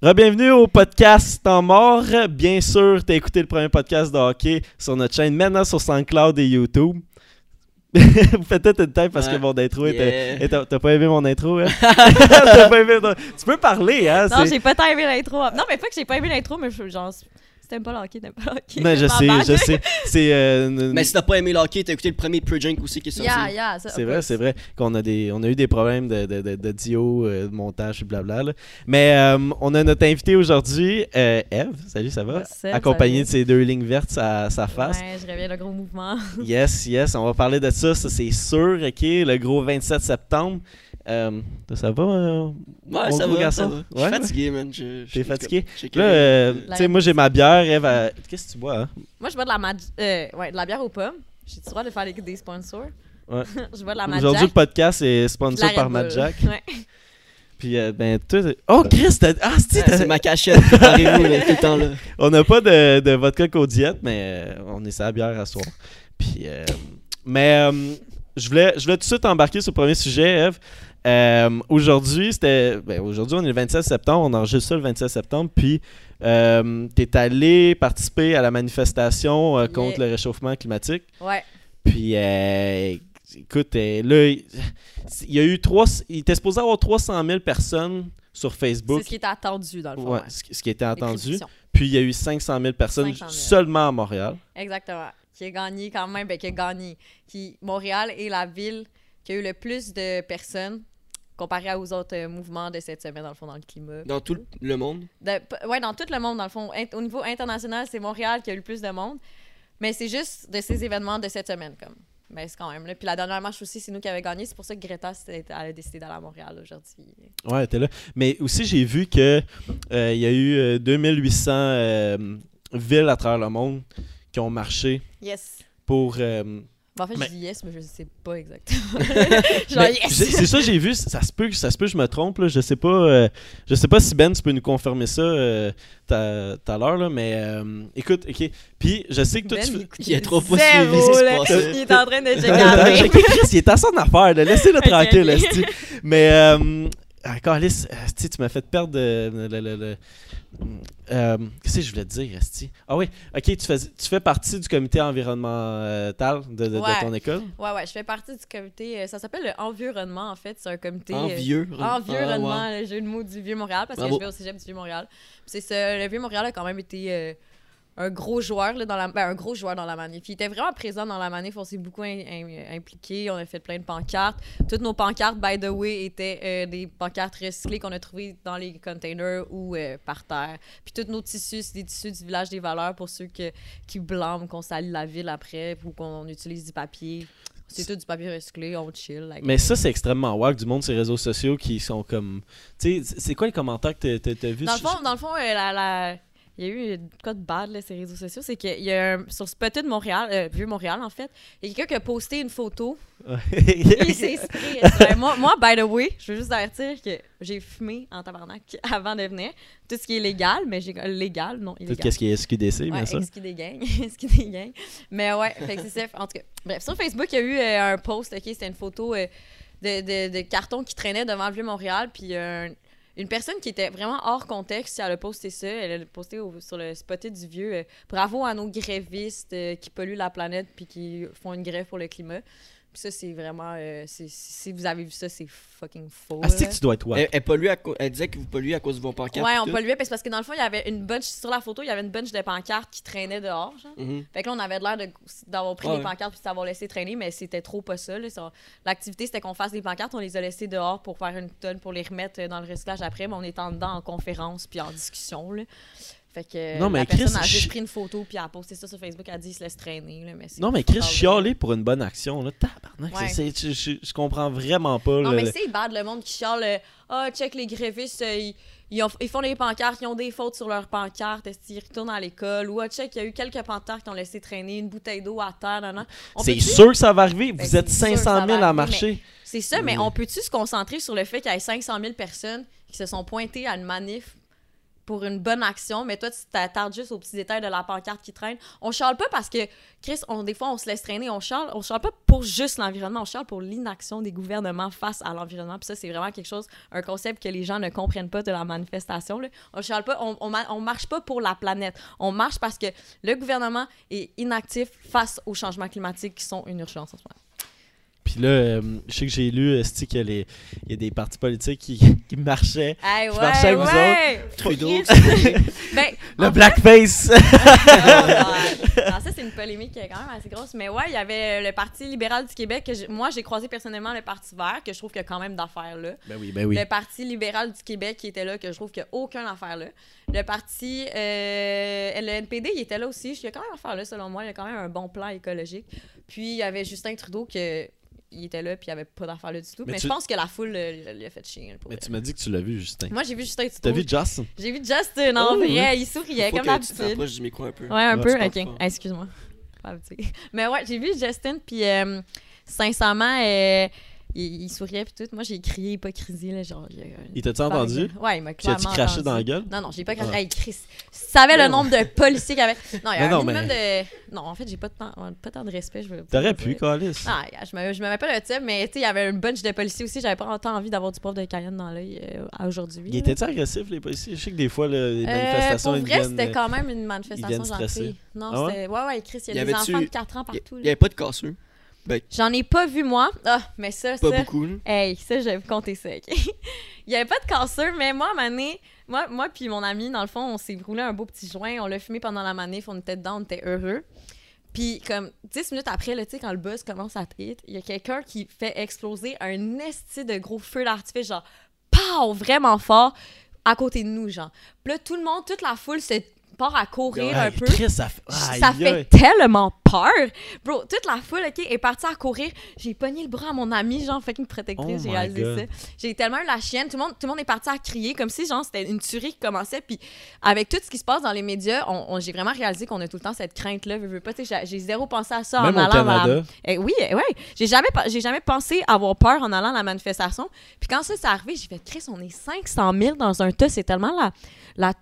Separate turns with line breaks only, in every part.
Rebienvenue au podcast Temps mort. Bien sûr, t'as écouté le premier podcast de hockey sur notre chaîne, maintenant sur SoundCloud et YouTube. Vous faites peut-être une tête parce que
Ouais.
mon intro était.
Yeah.
Eh, t'as- T'as pas aimé mon intro, hein? T'as pas aimé ton- Tu peux parler, hein?
Non,
c'est-
j'ai pas tant aimé l'intro. Non, mais pas que j'ai pas aimé l'intro, mais je genre, si t'aimes pas le hockey, t'aimes pas le hockey.
Mais je
M'en
sais,
parle.
je sais. C'est euh, une-
Mais si t'as pas aimé le hockey, t'as écouté le premier pre-junk aussi qui est sorti.
Yeah, yeah, ça,
C'est
of
vrai,
course.
c'est vrai qu'on a des, on a eu des problèmes de, de, de, d'audio, euh, de montage et blabla. là. Mais euh, on a notre invité aujourd'hui, euh, Eve. Salut, ça va?
Ouais, Seb,
Accompagnée de
salut.
ses deux lignes vertes à sa face.
Ouais, je reviens le gros mouvement.
Yes, yes, on va parler de ça, ça c'est sûr, ok? Le gros 27 septembre. Euh, ça va, euh, mon
Ouais, ça
gros
va, ça
garçon?
va. Je
Ouais?
suis fatigué, man. Je, je-
T'es
en tout cas,
fatigué?
j'ai que-
Là, euh, tu sais,
La-
moi j'ai ma bière, Eve. elle- Qu'est-ce que tu bois, hein?
Moi, je bois de la mad... euh, ouais, de la bière aux pommes. J'ai le droit de faire des- des sponsors.
Ouais.
je bois de la mad
Aujourd'hui, le
Jack,
podcast est
puis de
sponsor
la
par
Red
Mad
Bull.
Jack.
Ouais.
Puis, euh, ben, toi. t'es- Oh, Chris, t'as. Ah, c'est-tu,
Ouais,
t'as-
c'est ma cachette, préparez-vous là, tout le temps là.
On n'a pas de, de vodka qu'au diète, mais euh, on est sa bière à soir. Puis, euh, mais euh, je, voulais, je voulais tout de suite embarquer sur le premier sujet, Eve. Euh, aujourd'hui, c'était. ben, aujourd'hui, on est le 27 septembre. On enregistre ça le 27 septembre. Puis, euh, t'es allé participer à la manifestation euh, contre
Yeah.
le réchauffement climatique.
ouais.
Puis, euh, écoute, euh, là, il- il y a eu trois. Il était supposé avoir 300 000 personnes sur
C'est
Facebook.
ce qui est attendu, dans le fond.
Ouais,
ouais.
ce qui- ce qui était
Les
attendu.
prédictions.
Puis il y a eu 500 000 personnes
500 000.
seulement à Montréal.
Exactement. Qui a gagné quand même, ben, qui a gagné. Qui, Montréal est la ville qui a eu le plus de personnes comparé aux autres euh, mouvements de cette semaine, dans le fond, dans le climat.
Dans tout le monde.
De- Ben, p- ouais, dans tout le monde, dans le fond. Int- Au niveau international, c'est Montréal qui a eu le plus de monde. Mais c'est juste de ces événements de cette semaine, comme. Mais c'est quand même là. Puis la dernière marche aussi, c'est nous qui avions gagné. C'est pour ça que Greta, c'était- elle a décidé d'aller à Montréal aujourd'hui.
Ouais, t'es là. Mais aussi, j'ai vu que euh, il y a eu euh, 2800 euh, villes à travers le monde qui ont marché
Yes.
pour. euh,
Bon, Ben, en fait,
Mais-
je dis yes, mais je sais pas exactement.
mais
Genre,
j'ai-
yes!
C'est ça, j'ai vu. Ça se peut, que- ça se peut, que je me trompe. Là. Je sais pas. euh, je sais pas si Ben, tu peux nous confirmer ça euh, ta- tout à l'heure, là, Mais euh, écoute, ok. Puis je sais que toi,
Ben,
tu.
il
fais-
écoute
Il y a trop pas
zéro,
suivi ce qui se
là.
passait.
Il est en train de
Attends,
checker.
j'ai- Chris, il est à son affaire, là. Laissez-le
Ok,
tranquille,
ok.
esti. Mais, euh, ah, câlisse, esti, tu m'as fait perdre euh, le. le- le- euh, Qu'est-ce que je voulais te dire, Esti? Ah oui, ok, tu fais, tu fais partie du comité environnemental de, de- de
Ouais.
ton école.
Ouais, ouais, je fais partie du comité. euh, Ça s'appelle le Environnement, en fait. C'est un comité. euh,
Envieux.
Environnement,
Ah,
le jeu de mots du Vieux-Montréal, parce
Bravo.
que je vais au cégep du Vieux-Montréal. Puis C'est ça, le Vieux-Montréal a quand même été euh, un gros joueur là, dans la ben, un gros joueur dans la manif. Il était vraiment présent dans la manif, on s'est beaucoup im- im- impliqués, on a fait plein de pancartes. Toutes nos pancartes, by the way, étaient euh, des pancartes recyclées qu'on a trouvées dans les containers ou euh, par terre. Puis tous nos tissus, c'est des tissus du village des valeurs pour ceux que- qui blâment qu'on salit la ville après ou qu'on utilise du papier. C'est tout du papier recyclé, on chill. like.
Mais ça, c'est extrêmement wack du monde, ces réseaux sociaux qui sont comme. Tu sais, c'est quoi les commentaires que t'as- t'as- t'as vu
Dans le
sur-
fond, dans le fond euh, la- la- il y a eu quoi de bad, là, ces réseaux sociaux, c'est qu'il y a un- sur Spotted Montréal, euh, vieux Montréal en fait, il y a quelqu'un qui a posté une photo. Il s'est inscrit, euh, moi, moi, by the way, je veux juste avertir que j'ai fumé en tabarnak avant de venir. Tout ce qui est légal, mais j'ai légal, non
Tout
illégal.
qu'est-ce qui est SQDC, bien
Ouais,
sûr.
est-ce qu'il des gangs? est-ce qu'il des gangs? Mais ouais, fait que c'est ça. En tout cas, bref, sur Facebook, il y a eu euh, un post, OK, c'était une photo euh, de, de- de carton qui traînait devant le Vieux-Montréal, puis euh, un- une personne qui était vraiment hors contexte, elle a posté ça, elle a posté au- sur le Spotted du Vieux, euh, bravo à nos grévistes euh, qui polluent la planète puis qui font une grève pour le climat. Puis ça, c'est vraiment... euh, c'est- si vous avez vu ça, c'est fucking faux.
Ah, c'est
là.
que tu dois être wack.
Elle, elle pollue à cau- elle disait que vous polluez à cause de vos pancartes.
Ouais,
et
on
tout.
polluait, parce parce que dans le fond, il y avait une bunch, sur la photo, il y avait une bunch de pancartes qui traînaient dehors, genre.
Mhm.
Fait que là, on avait l'air de- d'avoir pris
Ah
Ouais.
des pancartes puis de s'avoir laissé traîner, mais c'était trop pas ça. là. Ça- L'activité, c'était qu'on fasse des pancartes, on les a laissées dehors pour faire une tonne, pour les remettre euh, dans le recyclage après, mais on était en dedans en conférence puis en discussion. Là. Fait que euh,
Non, mais
la
Chris,
personne a
chi-
juste pris une photo puis elle a posté ça sur Facebook, elle a dit il se laisse traîner. Là, mais c'est
Non, mais
pas
Chris,
vrai.
chialer pour une bonne action, là. Tabarnak,
Ouais.
c'est- c'est- je, je- je comprends vraiment pas.
Non,
le-
mais c'est bad le monde qui chiale. euh, Ah, check les grévistes, euh, ils, ils ont- ils font des pancartes, ils ont des fautes sur leurs pancartes, est-ce qu'ils retournent à l'école? Ou ah, check, il y a eu quelques pancartes qui ont laissé traîner une bouteille d'eau à terre. nan, nan. On
C'est
peut-tu-
sûr que ça va arriver.
Ben,
Vous êtes
c'est sûr que
500 000
ça va
à
arriver,
marcher.
C'est ça, mais on peut-tu se concentrer sur le fait qu'il y ait 500 000 personnes qui se sont pointées à une manif pour une bonne action, mais toi, tu t'attardes juste aux petits détails de la pancarte qui traîne. On charle pas parce que, Chris, on, des fois, on se laisse traîner, on charle, on charle pas pour juste l'environnement, on charle pour l'inaction des gouvernements face à l'environnement. Puis ça, c'est vraiment quelque chose, un concept que les gens ne comprennent pas de la manifestation. Là. On charle pas, on, on, ma- on marche pas pour la planète. On marche parce que le gouvernement est inactif face aux changements climatiques qui sont une urgence en ce moment.
Puis là, euh, je sais que j'ai lu, euh, c'est-tu qu'il y a les- il y a des partis politiques qui, qui marchaient.
Hey,
Je marchais avec vous
Trudeau.
ben, oh,
Le blackface!
Alors, ça, c'est une polémique qui est quand même assez grosse. Mais ouais, il y avait euh, le Parti libéral du Québec. Que j'ai- moi, j'ai croisé personnellement le Parti vert, que je trouve qu'il y a quand même d'affaires là.
ben oui, ben oui.
Le Parti libéral du Québec qui était là, que je trouve qu'il n'y a aucune affaire là. Le Parti. euh, le NPD, il était là aussi. Il y a quand même affaire là, selon moi. Il y a quand même un bon plan écologique. Puis, il y avait Justin Trudeau que. Il était là, puis il n'y avait pas d'affaire là du tout.
Mais
Mais,
tu-
je pense que la foule euh, lui a fait chier. pour
Mais
vrai.
tu m'as dit que tu l'as vu, Justin.
Moi, j'ai vu Justin Trudeau.
T'as vu Justin?
J'ai vu Justin, en
Oh,
vrai,
ouais.
il souriait
Faut
comme
que tu te
d'habitude. Ouais,
rapproches du micro un peu.
un
Ouais,
peu,
tu parles
ok.
fort.
Ah, Excuse-moi. Ah, tu sais. Mais ouais, j'ai vu Justin, puis euh, sincèrement, euh, il, il souriait, puis tout. Moi, j'ai crié hypocrisie, là, genre. il a-
Il t'a-tu entendu?
Ouais, il m'a
Puis as-tu
clairement.
craché
entendu.
dans la gueule?
Non, non, j'ai pas craché.
Ah.
Hey, Chris, tu savais
Mais
le
non.
nombre de policiers qu'il y avait. Non, il
Mais
y a un
non,
minimum
mais-
de. Non, en fait, j'ai pas, de temps- pas tant de respect. Je veux-
T'aurais
je veux
pu,
dire.
Calis.
Ah, yeah, je me, je me mets pas le type, mais tu sais, il y avait un bunch de policiers aussi. J'avais pas tant envie d'avoir du prof de Cayenne dans l'œil euh, à aujourd'hui.
Il
là.
était-tu agressif, les policiers? Je sais que des fois, là, les
Euh,
manifestations, ils
pour vrai,
viennent... euh,
c'était quand même une
ils viennent
manifestation
stresser.
gentille. Non,
Ah ouais?
c'était... Ouais, ouais, Chris, il y
Y
a des
avait-tu-
enfants de 4 ans partout.
Il
là.
n'y avait pas de casseux.
J'en ai pas vu, moi. Ah, mais ça,
Pas
ça... Mm.
beaucoup. là.
Hey, ça, je vais vous compter ça, OK? Il y avait pas de casseur, mais moi, à Mané, moi, moi puis mon ami, dans le fond, on s'est roulé un beau petit joint, on l'a fumé pendant la manif, on était dedans, on était heureux. Puis, comme 10 minutes après, là, tu sais, quand le buzz commence à hit, il y a quelqu'un qui fait exploser un esti de gros feu d'artifice, genre, pow, vraiment fort, à côté de nous, genre. Puis là, tout le monde, toute la foule se part à courir
Ah,
un peu
Chris, ça fait...
ça
Aïe,
fait
aïe.
tellement peur. Bro, toute la foule, OK, est partie à courir. J'ai pogné le bras à mon ami, genre, fucking protectrice,
Oh
j'ai
my
réalisé
God.
ça. J'ai tellement eu la chienne. Tout le, monde, tout le monde est parti à crier, comme si, genre, c'était une tuerie qui commençait. Puis, avec tout ce qui se passe dans les médias, on, on- j'ai vraiment réalisé qu'on a tout le temps cette crainte-là. Veux, veux pas, tu sais, j'ai- j'ai zéro pensé à ça
Même
en
au
allant à la-
Canada.
eh oui, eh ouais. J'ai jamais, pe- j'ai jamais pensé avoir peur en allant à la manifestation. Puis quand ça, c'est arrivé, j'ai fait, Chris, on est 500 000 dans un tas. C'est tellement la. la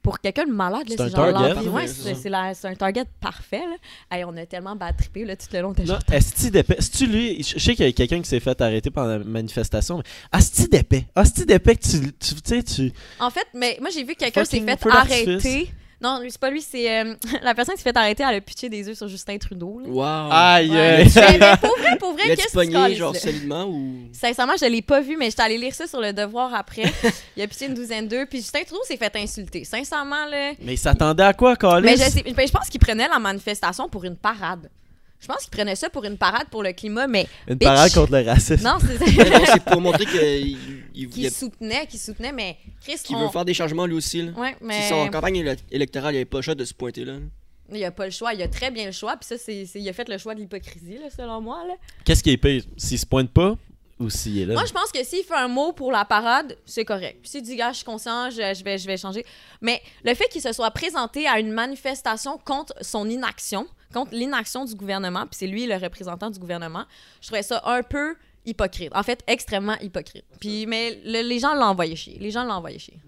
pour quelqu'un de malade, là,
C'est un
genre
target.
l'envie. Ouais,
C'est
c'est,
ça.
c'est la- c'est un target parfait. Là. Hey, on a tellement battrippé là, tout le long. on était
Non,
genre,
Asti d'épais. C'est-tu lui? Je je sais qu'il y a quelqu'un qui s'est fait arrêter pendant la manifestation, mais Asti d'épais. Asti d'épais que tu. Tu tu sais, tu.
En fait, mais moi, j'ai vu que quelqu'un s'est
Fucking
fait
feu d'artifice.
arrêter. Non, lui, c'est pas lui, c'est euh, la personne qui s'est fait arrêter, elle a pitché des œufs sur Justin Trudeau. là.
Wow. Ah,
Aïe,
Ouais.
aïe.
Mais- mais pour vrai, pour vrai,
L'as-tu
qu'est-ce qui se
pogné,
passe,
genre,
là?
solidement ou.
Sincèrement, je l'ai pas vu, mais j'étais allée lire ça sur le devoir après. Il y a pitié une douzaine d'eux. Puis Justin Trudeau s'est fait insulter. Sincèrement, là.
Mais il s'attendait à quoi, Calis?
Mais je, sais- mais je pense qu'il prenait la manifestation pour une parade. Je pense qu'il prenait ça pour une parade pour le climat, mais
Une
bitch.
parade contre le racisme.
non, c'est ça.
Non, c'est pour montrer qu'il il,
qu'il soutenait, qu'il soutenait, mais Chris,
qu'il
on-
veut faire des changements lui aussi. Là.
Ouais,
Si
mais
son campagne éle- électorale il est pas chouette de se pointer là.
il a pas le choix. Il a très bien le choix. Puis ça, c'est, c'est- il a fait le choix de l'hypocrisie, là, selon moi. là.
Qu'est-ce qui est pire? S'il se pointe pas ou s'il est là?
Moi, je pense que s'il fait un mot pour la parade, c'est correct. Puis s'il dit, gars, je suis conscient, je, je vais, je vais changer. Mais le fait qu'il se soit présenté à une manifestation contre son inaction, contre l'inaction du gouvernement, puis c'est lui le représentant du gouvernement, je trouvais ça un peu hypocrite. En fait, extrêmement hypocrite. Puis, mais le- les gens l'ont envoyé chier. Les gens l'ont envoyé chier.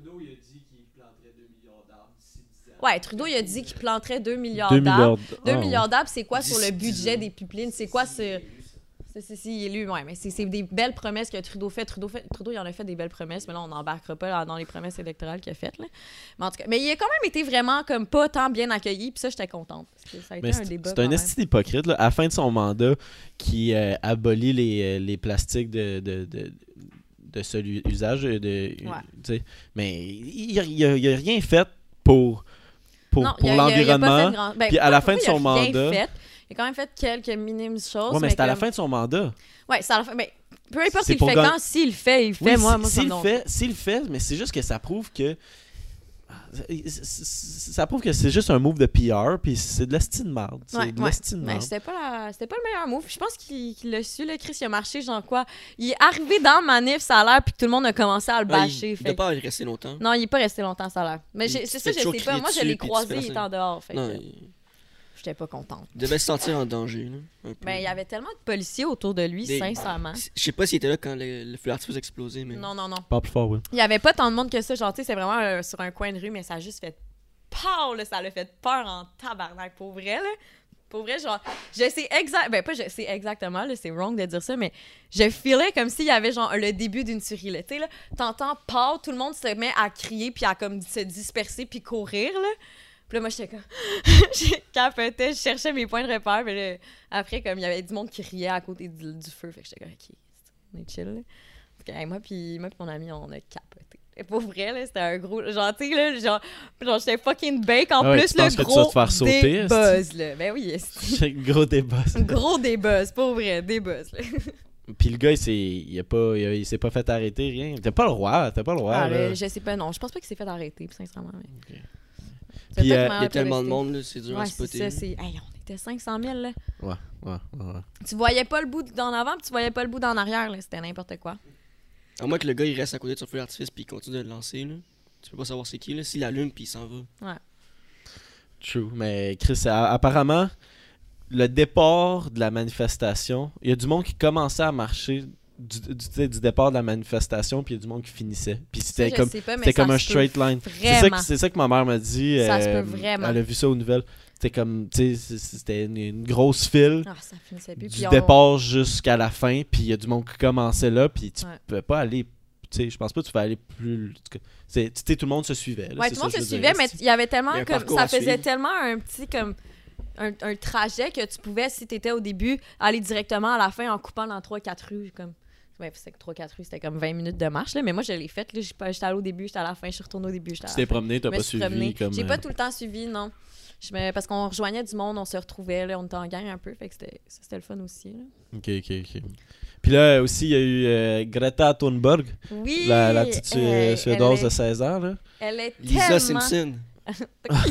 Ouais, Trudeau, il a dit qu'il planterait 2 milliards
2
d'arbres.
milliards.
2
Ah, ouais.
milliards d'arbres, c'est quoi sur le
D'ici
budget des pipelines? C'est quoi ce. C'est, c'est, c'est, il est élu, ouais, mais c'est, c'est des belles promesses que Trudeau fait. Trudeau, fait. Trudeau, il en a fait des belles promesses, mais là, on n'embarquera pas là- dans les promesses électorales qu'il a faites. Là. Mais en tout cas, mais il a quand même été vraiment comme pas tant bien accueilli, puis ça, j'étais contente. Parce que ça a été
Mais
un
c'est
débat.
c'est
quand
un
même.
esti d'hypocrite, là. À la fin de son mandat, qui euh, abolit les, euh, les plastiques de, de, de, de seul u- usage. euh, De, tu sais. Mais il n'a rien fait pour, pour,
Non, il
pour
a- il a- il a pas fait
l'environnement.
de grand- ben,
Puis à la fin de
pourquoi
son
il a rien
mandat-
fait? Il a quand même fait quelques minimes choses.
Ouais, mais c'est à la
comme-
fin de son mandat.
Ouais, c'est à la fin. Mais peu
C'est
importe s'il le
pour
fait
gagner-
quand, s'il le fait, il le fait.
Oui,
moi,
si-
moi, ça
s'il
me-
le fait, s'il le fait, mais c'est juste que ça prouve que Ah, c'est- c'est- c'est- ça prouve que c'est juste un move de PR puis c'est de la de marde, c'est
Ouais,
de
ouais. Ben,
l'esti de
Mais
marde.
c'était pas, la- c'était pas le meilleur move. Je pense qu'il qu'il l'a su, le Chris, il a marché, genre quoi. Il est arrivé dans Manif, ça a l'air, puis que tout le monde a commencé à le
Ah,
bâcher.
il
fait
doit
que-
pas rester longtemps.
Non, il est pas resté longtemps, ça a l'air. Mais
Il-
j'ai-
tu
c'est
te
ça,
fais
je
toujours
sais pas.
crier
Moi, je
dessus,
l'ai
puis tu te
croisé,
fais
il est
ça.
en dehors. Fait que,
Non,
euh,
il
j'étais pas contente.
devait se sentir en danger. Là, un peu.
Mais Ben, il y avait tellement de policiers autour de lui,
Des-
sincèrement.
Je sais pas s'il était là quand le, le feu d'artifice a explosé, mais.
Non, non, non.
Parle plus fort, Will.
Il y avait pas tant de monde que ça. Genre, tu sais, c'est vraiment euh, sur un coin de rue, mais ça a juste fait peur, là. Ça l'a fait peur en tabarnak, pour vrai, là. Pour vrai, genre, je sais exact, ben pas je sais exactement, là, c'est wrong de dire ça, mais je filais comme s'il y avait genre le début d'une tuerie, là. Tu sais, là, t'entends pas, tout le monde se met à crier puis à comme se disperser puis courir, là. Puis là, moi, j'étais comme. J'ai capoté, je cherchais mes points de repère. Puis là, après, comme, il y avait du monde qui riait à côté du, du feu. Fait que j'étais comme, OK, on est chill. Là. Fait que, hey, moi, puis moi, puis mon ami, on a capoté. Et pour vrai, là, c'était un gros. Genre, tu sais, là, genre, genre j'étais fucking bake. En
Ah ouais,
plus,
tu
le
penses que tu vas
gros.
te faire sauter,
des
est-ce que-
buzz, là. Ben oui, est-ce que-
J'ai gros débat. ça.
gros des buzz, pour vrai, des buzz, là.
Puis le gars, il s'est, il a pas, il, a- il s'est pas fait arrêter, rien. T'as pas le droit, t'as pas le droit.
Ah,
là.
là, je sais pas, non, je pense pas qu'il s'est fait arrêter, puis sincèrement. mais-
Ok.
C'est
Puis,
peut-être
euh,
ma
Ah,
Il y a tellement de
curiosité.
monde, là, c'est dur à
Ouais, c'est
spotter.
ça, c'est. Hey, on était 500 000, là.
Ouais, ouais, ouais, ouais.
Tu voyais pas le bout d'en avant, puis tu voyais pas le bout d'en arrière, là. C'était n'importe quoi.
À moins que le gars il reste à côté de son feu d'artifice puis il continue de le lancer, là. Tu peux pas savoir c'est qui, là. S'il allume puis il s'en va.
True. Mais Chris, a- apparemment, le départ de la manifestation, il y a du monde qui commençait à marcher du, du- tu sais, du départ de la manifestation, puis il y a du monde qui finissait. Puis c'était
Ça, je
comme,
sais pas, mais
c'était
ça
comme un
se peut
straight line. C'est ça,
Vraiment.
que, c'est ça que ma mère m'a dit.
Ça se
euh,
peut vraiment.
Elle a vu ça aux nouvelles. C'était comme, tu sais, c- c'était une, une grosse file.
Ah, ça finissait plus.
du
puis on-
départ jusqu'à la fin, puis il y a du monde qui commençait là, puis tu
Ouais.
pouvais pas aller. Tu sais, je pense pas que tu pouvais aller plus. en tout cas, c'est- Tu sais, tout le monde se suivait. là,
Ouais,
c'est
tout le
ça
monde
que je
se
veux
suivait,
dire.
mais il y avait tellement
Il y a un
comme
parcours
ça
à
faisait
suivre.
tellement un petit comme un, un trajet que tu pouvais si t'étais au début aller directement à la fin en coupant dans 3 4 rues comme ouais, c'est que 3 4 rues, c'était comme 20 minutes de marche là, mais moi je l'ai faite là, J'ai pas- j'étais allée au début, j'étais à la fin, je suis retournée au début, j'étais à
Tu
la
t'es
fin.
promené, t'as
Je me
pas
suis
suivi
promenée.
comme.
J'ai
euh,
pas tout le temps suivi, non. Je me- Parce qu'on rejoignait du monde, on se retrouvait, là, on était en gang un peu, fait que c'était ça, c'était le fun aussi. là.
euh, Ok, ok, ok. Puis là aussi, il y a eu euh, Greta Thunberg,
Oui!
la, la petite Su-
elle-
Suédoise
elle
de
est,
16 ans. Là.
elle est
Lisa
tellement...
Simpson.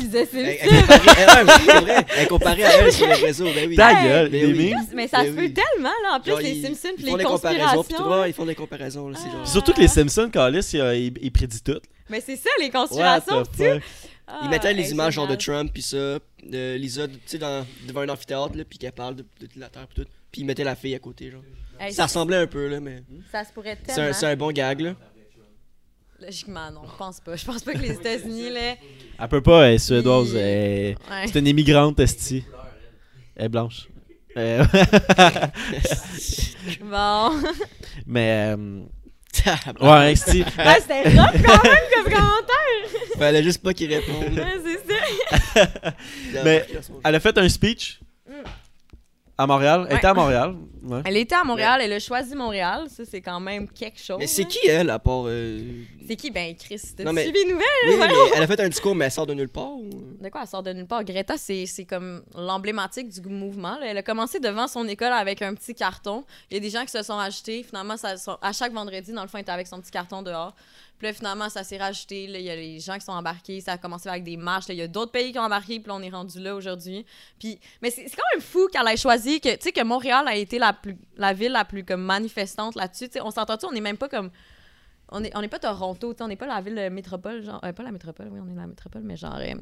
Lisa Simpson.
Elle, elle comparait- elle- ouais, c'est vrai. Elle comparait à elle sur les réseaux. Ben oui.
Ta gueule,
Ben
les
oui.
mimes.
Mais ça
Ben
se
oui.
peut tellement, là, en plus,
Genre,
les
ils-
Simpsons,
ils
puis
font
les
des comparaisons, puis tout,
conspirations. Ah.
ouais, ils font des comparaisons, là, c'est genre...
Surtout que les Simpsons, Calis, ils ils- ils prédisent tout.
Mais c'est ça, les
What
conspirations,
the
tu
fuck?
Ah,
Ils mettaient
hey,
les images genre de
génial.
Trump puis ça, de Lisa, tu sais, dans- devant un amphithéâtre, là, puis qu'elle parle de, de la terre puis tout. Puis ils mettaient la fille à côté, genre.
Hey,
Ça
ça,
ressemblait un peu, là, mais
se pourrait
c'est un,
tellement.
c'est un bon gag, là.
Logiquement, non, je pense pas. Je pense pas que les États-Unis, là.
Elle peut pas, elle est Suédoise.
Ils-
elle-
Ouais.
C'est une immigrante, Esti. Elle est blanche. Euh,
Bon.
mais. euh,
Tabarnak.
Ouais, Esti.
Ah, c'était rough quand même comme commentaire.
Fallait juste pas qu'ils répondent. là.
Ouais, hein, c'est ça.
Mais- Elle a fait un speech à Montréal. Elle était à Montréal. Ouais.
Elle était à Montréal, elle a choisi Montréal. Ça, c'est quand même quelque chose.
Mais c'est
là.
qui, elle, à part... euh,
C'est qui? Ben, Chris, t'as
Non, mais-
suivi les nouvelles?
Oui, mais
voyons.
elle a fait un discours, mais elle sort de nulle part, ou...
De quoi elle sort de nulle part? Greta, c'est c'est comme l'emblématique du mouvement. là. Elle a commencé devant son école avec un petit carton. Il y a des gens qui se sont achetés. Finalement, ça, son- à chaque vendredi, dans le fond, elle était avec son petit carton dehors. Puis là, finalement, ça s'est rajouté. Là, il y a les gens qui sont embarqués. Ça a commencé avec des marches. Là, il y a d'autres pays qui ont embarqué. Puis là, on est rendu là aujourd'hui. Puis, mais c'est c'est quand même fou qu'elle ait choisi que, tu sais, que Montréal a été la, plus, la ville la plus comme manifestante là-dessus. Tu sais, on s'entend-tu? On n'est même pas comme. On n'est on est pas Toronto, tu sais, on n'est pas la ville euh, métropole, genre. euh, pas la métropole, oui, on est la métropole, mais genre. euh,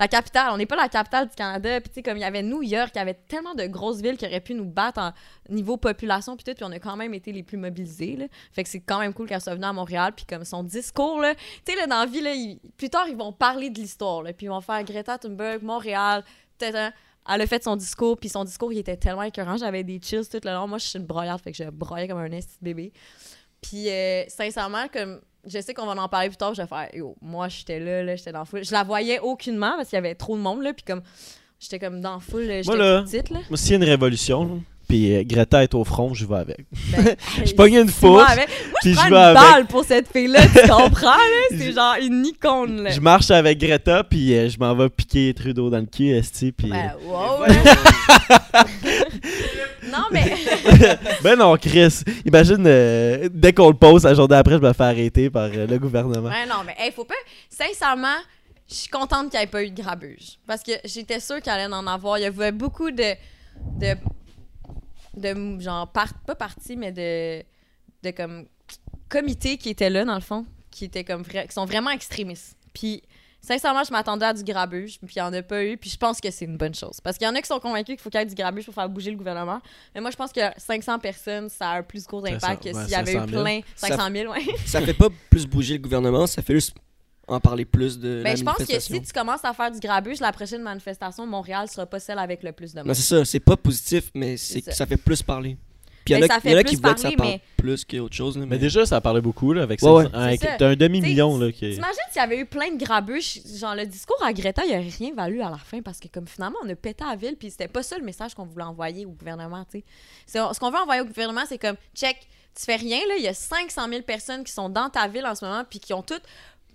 la capitale. On n'est pas la capitale du Canada. Puis, tu sais, comme il y avait New York, il y avait tellement de grosses villes qui auraient pu nous battre en niveau population, puis tout. Puis, on a quand même été les plus mobilisés, là. Fait que c'est quand même cool qu'elle soit venue à Montréal. Puis, comme son discours, là, tu sais, là, dans la vie, là, ils- plus tard, ils vont parler de l'histoire, là. Puis, ils vont faire Greta Thunberg, Montréal, peut-être un- Elle a fait son discours, puis son discours, il était tellement écœurant. J'avais des chills tout le long. Moi, je suis une broyarde, fait que je broyais comme un esti de bébé. Puis, euh, sincèrement, comme je sais qu'on va en parler plus tard, je vais faire Yo, moi, j'étais là, là j'étais dans la foule. Je la voyais aucunement parce qu'il y avait trop de monde, là. Puis, comme, j'étais comme dans la foule, là, j'étais
là,
toute petite, là.
Moi, s'il y a une révolution, là, puis euh, Greta est au front, je vais avec.
Ben,
Je pognais une
tu vois,
fourche,
avec- Moi, je
puis
prends
je
une
vais avec.
balle pour cette fille-là, tu comprends, là?
Je-
C'est genre une icône, là.
Je marche avec Greta, puis euh, je m'en vais piquer Trudeau dans le cul, Esti. Puis...
Ben, wow,
Voilà.
là. Non, mais.
ben non, Chris. Imagine, euh, dès qu'on le pose, la journée après, je me fais arrêter par euh, le gouvernement.
Ouais, non, mais hey, faut pas. Sincèrement, je suis contente qu'il n'y ait pas eu de grabuge. Parce que j'étais sûre qu'il allait en avoir. Il y avait beaucoup de. de. de. mou- genre, par- pas parti, mais de. de comme. comités qui étaient là, dans le fond. Qui étaient comme. vra- qui sont vraiment extrémistes. Puis. Sincèrement, je m'attendais à du grabuge, puis il n'y en a pas eu, puis je pense que c'est une bonne chose. Parce qu'il y en a qui sont convaincus qu'il faut qu'il y ait du grabuge pour faire bouger le gouvernement. Mais moi, je pense que 500 personnes, ça a un plus gros impact
500,
que
ouais,
s'il y avait eu
500 000.
plein. 500 000, ouais.
Ça fait pas plus bouger le gouvernement, ça fait juste en parler plus de la
Ben, je pense que
manifestation.
si tu commences à faire du grabuge, la prochaine manifestation de Montréal sera pas celle avec le plus de
Non,
monde.
c'est ça, c'est pas positif, mais c'est
C'est
que
ça.
ça fait plus parler. Puis il y en
Ben,
a,
ça
il y en a
fait
qui
plus
voulaient que ça
parler,
parle
mais-
plus qu'autre chose. là,
Mais
mais-
déjà, ça parlait beaucoup, là, avec
Ouais,
ça.
ouais.
avec-
C'est ça.
T'as un demi-million, là, qui...
T'imagines s'il y avait eu plein de grabuges, genre le discours à Greta, il a rien valu à la fin parce que comme finalement on a pété à la ville puis c'était pas ça le message qu'on voulait envoyer au gouvernement, tu sais. C'est- Ce qu'on veut envoyer au gouvernement, c'est comme check, tu fais rien là, il y a 500 000 personnes qui sont dans ta ville en ce moment puis qui ont toutes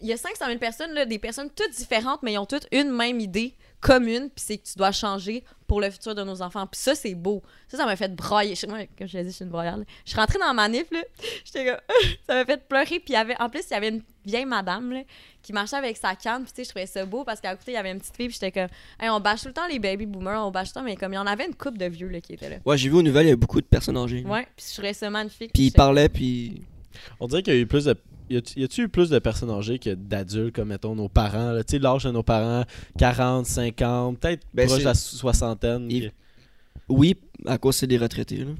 il y a 500 000 personnes là, des personnes toutes différentes mais ils ont toutes une même idée commune puis c'est que tu dois changer pour le futur de nos enfants. Puis ça c'est beau. Ça ça m'a fait brailler. Je- Moi comme je l'ai dit, je suis une broyarde. là. Je suis rentrée dans la manif là, j'étais comme ça m'a fait pleurer. Puis il y avait, en plus, il y avait une vieille madame là, qui marchait avec sa canne. Puis tu sais, je trouvais ça beau parce qu'à côté, il y avait une petite fille. Puis j'étais comme, Hey, on bâche tout le temps les baby boomers, on bâche tout le temps. Mais comme il y en avait une couple de vieux là, qui étaient là.
Ouais, j'ai vu aux nouvelles, il y a beaucoup de personnes âgées. là.
Ouais, puis je trouvais ça magnifique.
Puis ils
j'étais-
parlaient, puis.
On dirait qu'il y a eu plus de. Y a-tu- y a-tu eu plus de personnes âgées que d'adultes, comme mettons nos parents, là? Tu sais, l'âge de nos parents, 40, 50, peut-être
Ben,
proche
c'est-
de la so- soixantaine.
Il-
que-
Oui, à cause c'est des retraités. Là.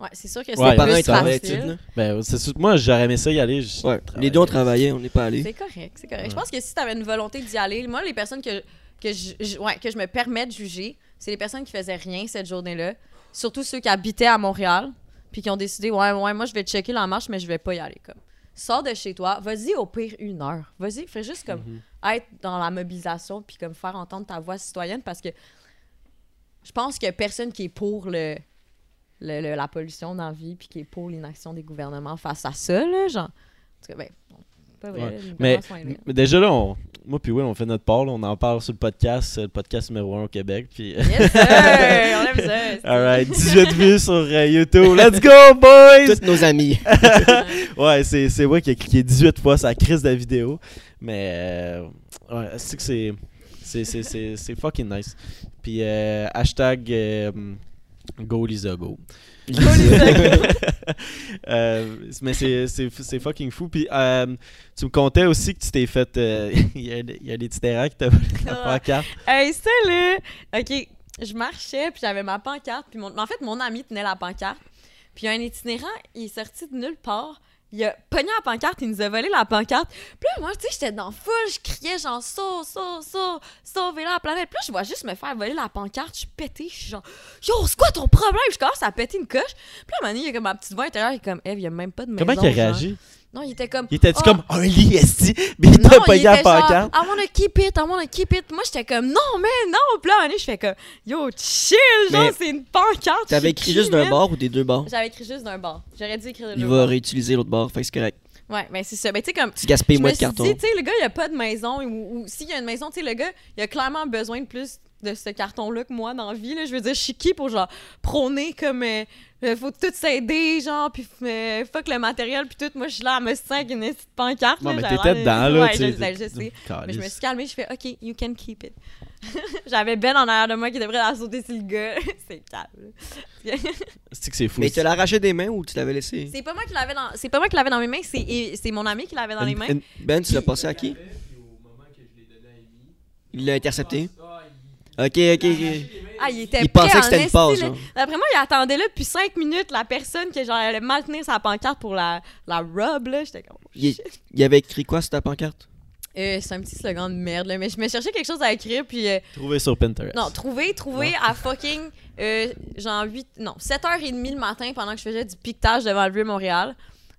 Ouais, c'est sûr que
Ouais,
Les
c'est
parents,
plus
ils travaillaient
facile.
tous, là.
Ben, c'est sûr- Moi, j'aurais aimé ça y aller. je-
Ouais,
travailler.
les deux, on travaillait, on n'est pas allés.
C'est correct, c'est correct. Je
Ouais.
pense que si tu avais une volonté d'y aller, moi, les personnes que, que, je, je- ouais, que je me permets de juger, c'est les personnes qui faisaient rien cette journée-là. Surtout ceux qui habitaient à Montréal, puis qui ont décidé, ouais, ouais, moi, je vais checker la marche, mais je vais pas y aller. Comme. Sors de chez toi, vas-y au pire une heure. Vas-y, fais juste comme être dans la mobilisation, puis comme faire entendre ta voix citoyenne, parce que je pense que personne qui est pour le. le- le- la pollution dans la vie, puis qui est pour l'inaction des gouvernements face à ça, là, genre. En tout cas, ben, bon, pas vrai.
Ouais.
là, les
Mais-
gouvernements sont hein. élus.
Mais déjà, là, on... moi puis Will, on fait notre part. là, on en parle sur le podcast, euh, le podcast numéro 1 au Québec. Puis... euh,
Yes, sir! On aime ça. c'est-
All right, 18 vues sur euh, YouTube. Let's go, boys!
Tous nos amis.
Ouais, c'est, c'est moi qui ai cliqué 18 fois sa crise de la vidéo. Mais euh, ouais, c'est que c'est. C'est, c'est, c'est, c'est fucking nice. Puis euh, hashtag euh, Go Lisa Go. Euh, mais c'est, c'est, c'est fucking fou. Puis euh, tu me contais aussi que tu t'es fait. euh, Il y, a- il y a des petits terrains qui t'ont volé ta
Ah,
pancarte.
Hey, ça, là! OK, je marchais, puis j'avais ma pancarte. Puis mon- En fait, mon ami tenait la pancarte. Puis un itinérant, il est sorti de nulle part. Il a pogné la pancarte, il nous a volé la pancarte. Puis là, moi, tu sais, j'étais dans la foule, je criais genre « Sauve, sauve, sauve, sauvez la planète! » Puis là, je vois juste me faire voler la pancarte, je suis pétée, je suis genre « Yo, c'est quoi ton problème? » Je commence à péter une coche. Puis là, à un moment donné, il y a comme ma petite voix intérieure, il est comme « Eve, il y a même pas de maison. »
Comment il a
genre.
réagi
Non, il était comme
Il était-tu
Ah!
comme un lit, esti? Mais il t'a
Non,
pogné
il
la
était genre,
pancarte.
I wanna keep it, I wanna keep it. Moi, j'étais comme, non, mais non. Puis là, à un moment donné, je fais comme, yo, chill, genre,
Mais
c'est une pancarte.
T'avais
je
écrit
suis
juste d'un
humaine.
bord ou des deux bords
J'avais écrit juste d'un bord. J'aurais dû écrire de
Il
l'autre
va
bord.
réutiliser l'autre bord, fait que c'est correct.
Ouais, mais c'est ça. Mais tu sais, comme,
Tu
je
gaspilles
me
moins de
suis
carton.
dit, tu sais, le gars, il a pas de maison. Ou, ou s'il y a une maison, tu sais, le gars, il a clairement besoin de plus de ce carton-là que moi dans la vie. Là. Je veux dire, je suis qui pour, genre, prôner comme, euh, euh, faut tout s'aider, genre, puis euh, fuck le matériel, puis tout. Moi, je suis là à me sentir avec une petite pancarte.
Non,
là,
mais
j'avais
t'étais dedans,
l'air de-
là.
euh, Ouais,
tu
je sais, je sais. Mais je me suis calmée, je fais OK, you can keep it. J'avais Ben en arrière de moi qui devrait la sauter sur le gars. c'est calme. là.
C'est que c'est fou.
Mais tu l'as arraché des mains ou tu l'avais laissé
c'est pas moi qui l'avais dans c'est pas moi qui l'avais dans mes mains, c'est et- c'est mon ami qui l'avait dans les
Une-
mains.
une-
Ben, tu l'as passé à qui Il l'a intercepté. Ok, ok, ok.
Ah, il était
Il
prêt
pensait
en
que c'était une
esti,
passe,
là.
hein.
D'après moi, il attendait là depuis 5 minutes la personne que genre elle allait mal tenir sa pancarte pour la la robe là, j'étais comme oh,
Il,
shit.
il avait écrit quoi sur ta pancarte
Euh, c'est un petit slogan de merde là, mais je me cherchais quelque chose à écrire puis euh,
Trouvé sur Pinterest.
Non, trouver, trouver à fucking euh, genre 8, non, 7h30 le matin pendant que je faisais du piquetage devant le vieux Montréal.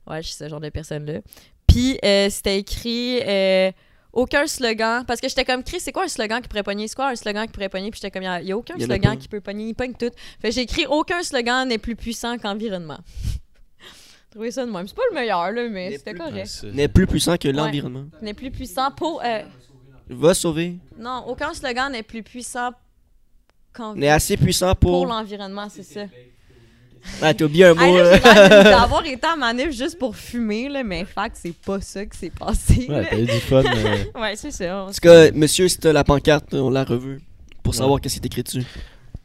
Ouais, je suis ce genre de personne-là. Puis euh, c'était écrit euh, aucun slogan. Parce que j'étais comme, Chris, c'est quoi un slogan qui pourrait pogner? C'est quoi un slogan qui pourrait pogner? Puis j'étais comme, il n'y a, aucun
Y en a
slogan
pas.
qui peut pogner, il pogne tout. Fait que j'ai écrit aucun slogan n'est plus puissant qu'environnement. Trouver ça de même. C'est pas le meilleur, là, mais
N'est
c'était
plus-
Ouais,
correct.
c'est-
N'est plus puissant que l'environnement.
N'est plus puissant pour. euh,
Va sauver.
non, aucun slogan n'est plus puissant qu'environnement.
N'est assez puissant
Pour
pour.
l'environnement, c'est ça.
Ah, t'as oublié un
Hey,
mot.
là,
là.
j'ai l'air de- d'avoir été en manif juste pour fumer, là, mais fact, c'est pas ça qui s'est passé.
Ouais,
là.
t'as eu du fun. euh,
Ouais, c'est ça.
En tout cas, monsieur, si t'as la pancarte, on la reveut pour
Ouais.
savoir qu'est-ce qui est écrit dessus.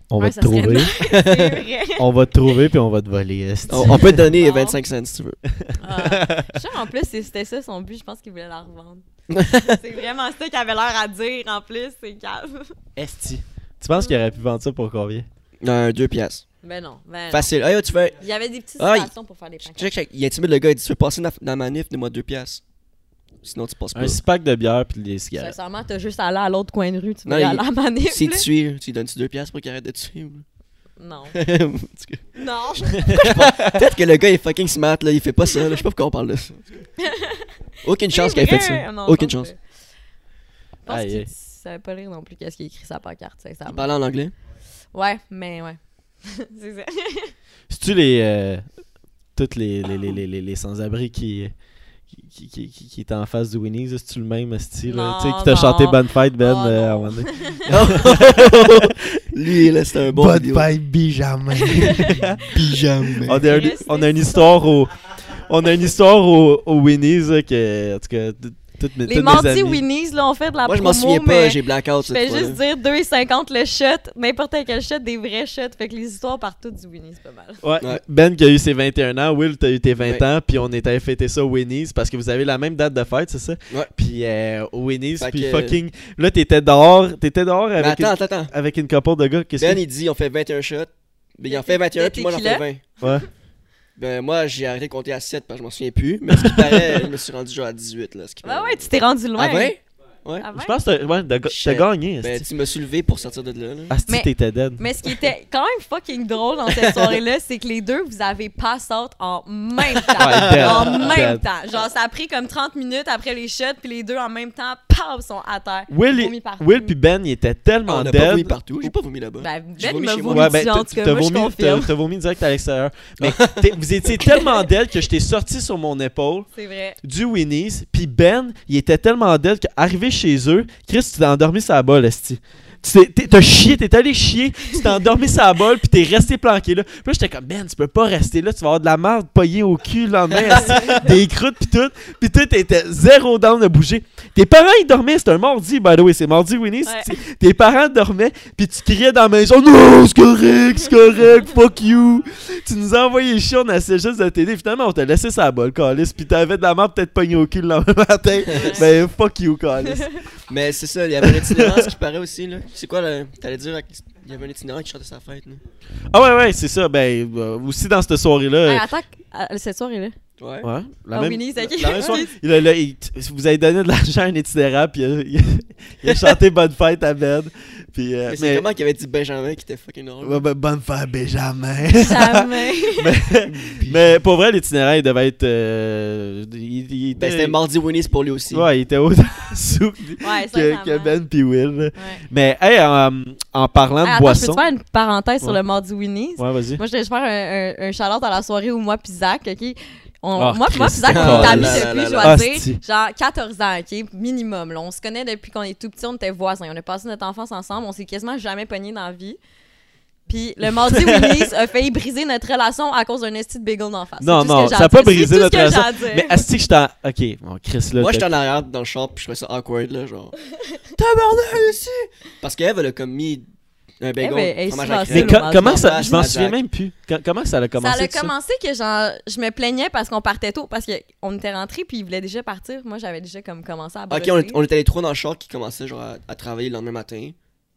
On va
Ouais,
te
ça serait
trouver.
nice, c'est vrai.
On va te trouver puis on va te voler. esti.
On, on peut te donner
Bon.
25 cents si tu veux.
Ah, je suis sûre, en plus, c'est- c'était ça son but. Je pense qu'il voulait la revendre. c'est vraiment ça qu'il avait l'air à dire, en plus. C'est calme.
Esti. Tu penses qu'il aurait pu vendre ça pour combien
Un 2 piastres.
Mais non, ben non.
Facile. Ah, yo, tu veux.
Il y avait des petites
Ah, il-
citations pour faire des pancartes.
Check, check. Il intimide le gars, il dit Tu veux passer dans dans la manif, donne-moi 2 piastres. Sinon, tu passes pas.
Un six pack de bière puis des cigarettes.
Sincèrement, t'as juste à aller à l'autre coin de rue, tu
Non,
vas y
il-
aller à la manif.
Si
là.
tu tues, tu lui donnes-tu deux piastres pour qu'il arrête de tuer ou...
Non.
En tout cas,
Non.
Peut-être que le gars est fucking smart, là. Il fait pas ça, là. Je sais pas pourquoi on parle de ça. Aucune chance qu'il ait fait ça. Aucune chance.
Je pense
Aïe,
qu'il
aïe.
savait pas lire non plus qu'est-ce qu'il écrit sa pancarte,
Il
sincèrement.
parlait en anglais.
Ouais, mais ouais. c'est ça.
C'est-tu les. euh, toutes les, les, les, les, les- les sans-abri qui. Qui, qui, qui, qui étaient en face du Winnie's, là, c'est-tu le même style? là?
Non,
Tu sais, qui t'a
non.
chanté Bonne Fête, Ben,
Oh,
euh, à un
non.
moment donné.
Lui, là, c'était un bon
Bonne
vidéo.
paille, Benjamin.
Pyjama.
On a, un-
Restez
on a une histoire au. On a une histoire au, au Winnie's là, que. En tout cas, t- toutes mes,
Les
toutes mes
mardis
amies-
Winnie's, là, on fait de la
Moi, je
promo,
m'en souviens pas.
mais
J'ai blackout
Je
cette
fais
fois
juste dire 2,50 le shot, n'importe quel shot, des vrais shots. Fait que les histoires partent toutes du Winnie, c'est pas mal.
Ouais.
Ouais.
Ben qui a eu ses 21 ans, Will t'as eu tes 20
Ouais.
ans, puis on était allé fêter ça au Winnie's parce que vous avez la même date de fête, c'est ça?
Ouais.
Puis euh, au Winnie's,
Fait
puis
que-
fucking. Là t'étais dehors, t'étais dehors
Mais
avec,
attends,
une,
attends, attends.
avec une couple de gars. Qu'est-ce
Ben,
que
il dit on fait 21 shots. Ben, il en
Le
fait
te-
21,
le
puis moi, j'en fais
tequila.
20.
Ouais.
Ben, moi, j'ai arrêté de compter à 7 parce que je m'en souviens plus. Mais ce qui paraît, je me suis rendu genre à 18, là. Ce qui
Ouais,
paraît.
ouais, tu t'es rendu loin. Ah.
À 20?
À vingt.
Ah Je pense que t'as- ouais, t'as ga- t'as
Shit.
gagné.
Ben,
asti.
tu me suis levé pour sortir de là, là.
Asti,
Mais-
t'étais dead.
Mais ce qui était quand même fucking drôle dans cette soirée-là, c'est que les deux, vous avez pass out en même temps.
Ouais, dead.
en même
Dead.
temps. Genre, ça a pris comme 30 minutes après les shots, puis les deux en même temps, paf, sont à terre.
Will,
vomi
il-
partout.
Will puis Ben, ils étaient tellement
On a pas vomi
dead.
partout. J'ai pas vomi là-bas.
Ben,
J'ai
Ben
vomi
me
chez moi.
vomit
Ouais, ben,
dessus, en
t'as
tout cas,
t'as
moi, je
vomi, t'as-
confirme.
t'as vomi direct à l'extérieur. Mais t'es- vous étiez tellement dead que je t'ai sorti sur mon épaule.
C'est vrai.
du Winnie's, puis Ben, il était tellement dead qu'arrivé chez eux, Chris, tu t'es endormi sur la bolle, esti. Tu t'es- t'es- t'as chié, t'es allé chier, tu t'es endormi sur la bolle, puis t'es resté planqué là. Puis là, j'étais comme, Ben, tu peux pas rester là, tu vas avoir de la merde poignée au cul le lendemain, esti. des croûtes, puis tout. Puis tout, t'étais zéro down de bouger. Tes parents, ils dormaient, c'était un mardi, by the way, c'est mardi Winnie's.
Ouais.
C'est- Tes parents dormaient, puis tu criais dans la maison, non, c'est correct, c'est correct, fuck you. Tu nous as envoyé chier, on essayait juste de t'aider. Finalement, on t'a laissé sa bolle, Calis. Puis t'avais de la merde peut-être pogné au cul le lendemain matin. Ben, fuck you, Calis.
Mais c'est ça, il y avait un itinérant, ce qui paraît aussi, là. C'est quoi, le... t'allais dire, avec- il y avait un itinérant qui chantait sa fête, là.
Ah ouais, ouais, c'est ça. Ben, euh, aussi dans cette
Hey,
soirée-là.
attends, à- cette soirée-là.
Ouais.
euh, ouais, la
Ah,
même.
Winnie, c'est qui?
la même soirée, il a- là, il- vous avez donné de l'argent à un itinérant, puis il a, il a- il a chanté Bonne fête à Ben. Puis, euh,
Mais c'est
mais,
comment qu'il avait dit Benjamin qui était fucking drôle.
Ouais, ben, Bonne fête, Benjamin.
Jamais.
mais pour vrai, l'itinérant, il devait être. euh, il, il
Ben,
était,
c'était mardi Winnie's pour lui aussi.
Ouais, il était autant sous
Ouais,
que, que
sincèrement.
Ben puis Will. là.
Ouais.
Mais, hey, en, en parlant
Hey,
de
Ah, attends, je peux
boisson.
te faire une parenthèse sur
Ouais.
le mardi Winnie?
Ouais, vas-y.
Moi, je vais juste faire un, un, un shout-out à la soirée où moi puis Zach, OK? On,
Ah,
moi, puis moi
Christ.
puis Zach, on
Oh
est amis
là là
depuis,
là
je
là.
dois dire,
Asti.
genre 14 ans, OK? Minimum, là. On se connaît depuis qu'on est tout petit, on était voisins. On a passé notre enfance ensemble, on s'est quasiment jamais pognés dans la vie. Puis le mardi Winnie's a failli briser notre relation à cause d'un esti de bagel d'en face.
Non,
C'est tout
non,
ce que j'ai à
ça a
dire.
pas brisé
C'est tout ce
notre
que j'ai à
relation.
dire.
Mais est-ce que je t'en. Ok, bon, Chris, là.
Moi,
t'as-
j'étais en arrière dans le champ, puis je trouvais ça awkward, là, genre. Tabarnak ici! Parce qu'Eve, elle a comme mis un bagel.
Eve, elle est
fromage
souvent
à
Mais
crème.
seule.
co-
Mardi,
comment ça.
Mardi,
Je m'en
Mardi.
souviens même plus. Co- Comment ça a commencé
Ça a
tout ça?
commencé que genre, je me plaignais parce qu'on partait tôt, parce qu'on était rentrés puis ils voulaient déjà partir. Moi, j'avais déjà comme commencé à
Ok,
bosser.
on, est- on était les trois dans le char qui commençaient genre à, à travailler le lendemain matin.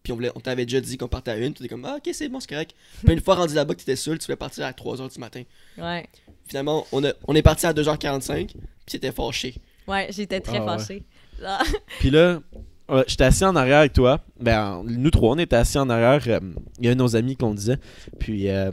Puis on, voulait, on t'avait déjà dit qu'on partait à une. Tu étais comme, ah, ok, c'est bon, c'est correct. Puis une fois rendu là-bas que t'étais seul, tu voulais partir à 3h du matin.
Ouais,
Finalement, on, a- on est parti à 2h45, puis c'était fâché.
ouais j'étais très
Ah, ouais.
fâchée. Genre,
Puis là, euh, j'étais assis en arrière avec toi. Ben, nous trois, on était assis en arrière. euh, Il y a un de nos amis qu'on disait. Puis euh,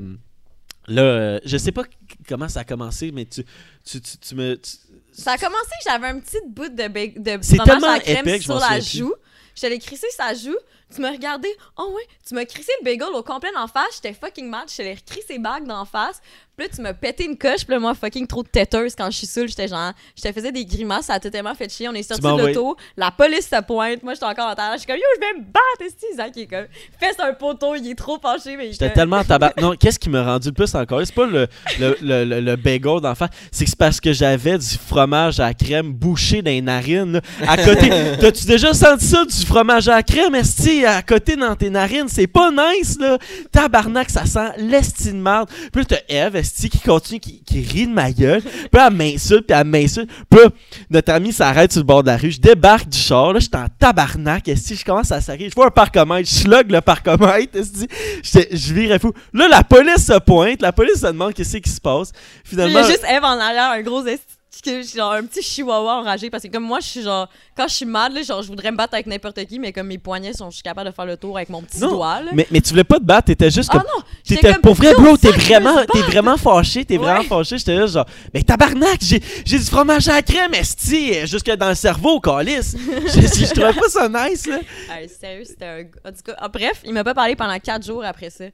là, euh, je sais pas c- comment ça a commencé, mais tu, tu, tu, tu me. tu-
Ça a commencé, j'avais un petit bout de, bec- de
C'est
fromage
tellement
à crème
épais que je
sur
m'en
la
souviens
joue. Je te l'ai crissé sur la joue. Tu m'as regardé. Oh ouais. Tu m'as crissé le bagel au complet d'en face. J'étais fucking mad. Je te l'ai crissé bague d'en face. Puis là, tu m'as pété une coche. Puis là, moi, fucking trop de têteuse quand je suis saoule. J'étais genre. Je te faisais des grimaces. Ça t'a tellement fait chier. On est sorti
m'as
de
envoyé-
l'auto. La police se pointe. Moi, j'étais encore en terre. Je suis comme, yo, je vais me battre. Est-ce que Zach il est comme. Fesse un poteau. Il est trop penché. Mais il est
J'étais
comme-
tellement en tabac. Non, qu'est-ce qui m'a rendu le plus encore? C'est pas le, le, le, le, le bagel d'enfant, c'est que c'est parce que j'avais du fromage à la crème bouché dans les narines. là. À côté, t'as-tu déjà senti ça, du fromage à la crème, esti, à côté dans tes narines? C'est pas nice, là! Tabarnak, ça sent l'esti de merde. Puis là, t'as Eve, esti, qui continue, qui, qui rit de ma gueule. Puis là, elle m'insulte, puis elle m'insulte. Puis là, notre ami s'arrête sur le bord de la rue. Je débarque du char, là, j'étais en tabarnak, esti, je commence à s'arrêter. Je vois un parcomètre, je slug le parcomètre, esti. J'étais- Je virais fou. Là, la police se pointe, la police se demande qu'est-ce qui se passe.
Puis il
Finalement,
y a juste Eve en arrière. Un gros esti de que je suis genre un petit chihuahua enragé parce que comme moi je suis genre quand je suis mal là, genre je voudrais me battre avec n'importe qui mais comme mes poignets sont je suis capable de faire le tour avec mon petit
Non,
doigt là.
Mais, mais tu voulais pas te battre, t'étais juste
Ah
comme.
non, j'étais
T'étais
comme,
pour vrai,
non,
bro, t'es
ça, je veux
vraiment,
se
t'es vraiment fâché, t'es
Ouais.
vraiment fâché. J'étais là, genre, mais tabarnak, j'ai, j'ai du fromage à la crème, esti, euh, jusque dans le cerveau, calice. je, je, je trouvais pas ça nice, là.
Ah, sérieux, c'était un. En tout cas, ah, bref, il m'a pas parlé pendant 4 jours après ça.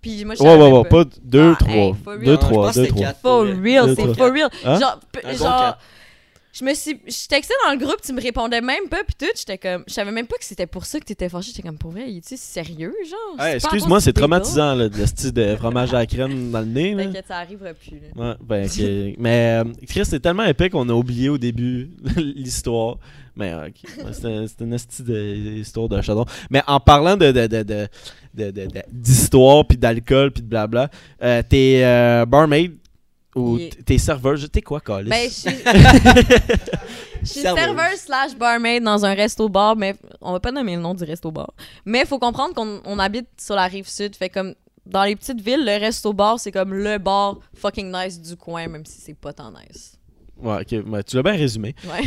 Puis moi, je
Ouais,
savais
ouais, ouais,
pas.
pas deux,
Ah, hey,
trois.
for real.
Non,
Deux,
je pense
trois,
que
deux,
c'était
trois.
quatre,
For
pour vrai.
real,
Deux,
c'est
trois.
for real.
Hein?
Genre, p-
Un bon
genre,
quatre.
je me suis. Je textais dans le groupe, tu me répondais même pas, puis tout. J'étais comme. Je savais même pas que c'était pour ça que t'étais fâché. J'étais comme, pour vrai, tu sérieux, genre? C'est
Hey,
pas
excuse-moi,
encore
c'est
du débat.
traumatisant, là, le style de fromage à la crème dans le nez, là.
T'inquiète, ça arrivera plus. là.
Ouais, ben, ok. mais euh, Chris, c'est tellement épais qu'on a oublié au début l'histoire. Mais euh, ok, ouais, c'était c'était une esti de- histoire de chaton. Mais en parlant de de- de- de- de- de- de- d'histoire, puis d'alcool, puis de blabla, euh, t'es euh, barmaid ou
Yeah.
t- t'es serveur, je- t'es quoi, Calis?
Ben, je suis. Je suis
Serveuse.
serveur slash barmaid dans un resto-bar, mais on va pas nommer le nom du resto-bar. Mais il faut comprendre qu'on on habite sur la rive sud. Fait comme dans les petites villes, le resto-bar, c'est comme le bar fucking nice du coin, même si c'est pas tant nice.
Ouais, ok, ouais, tu l'as bien résumé.
Ouais.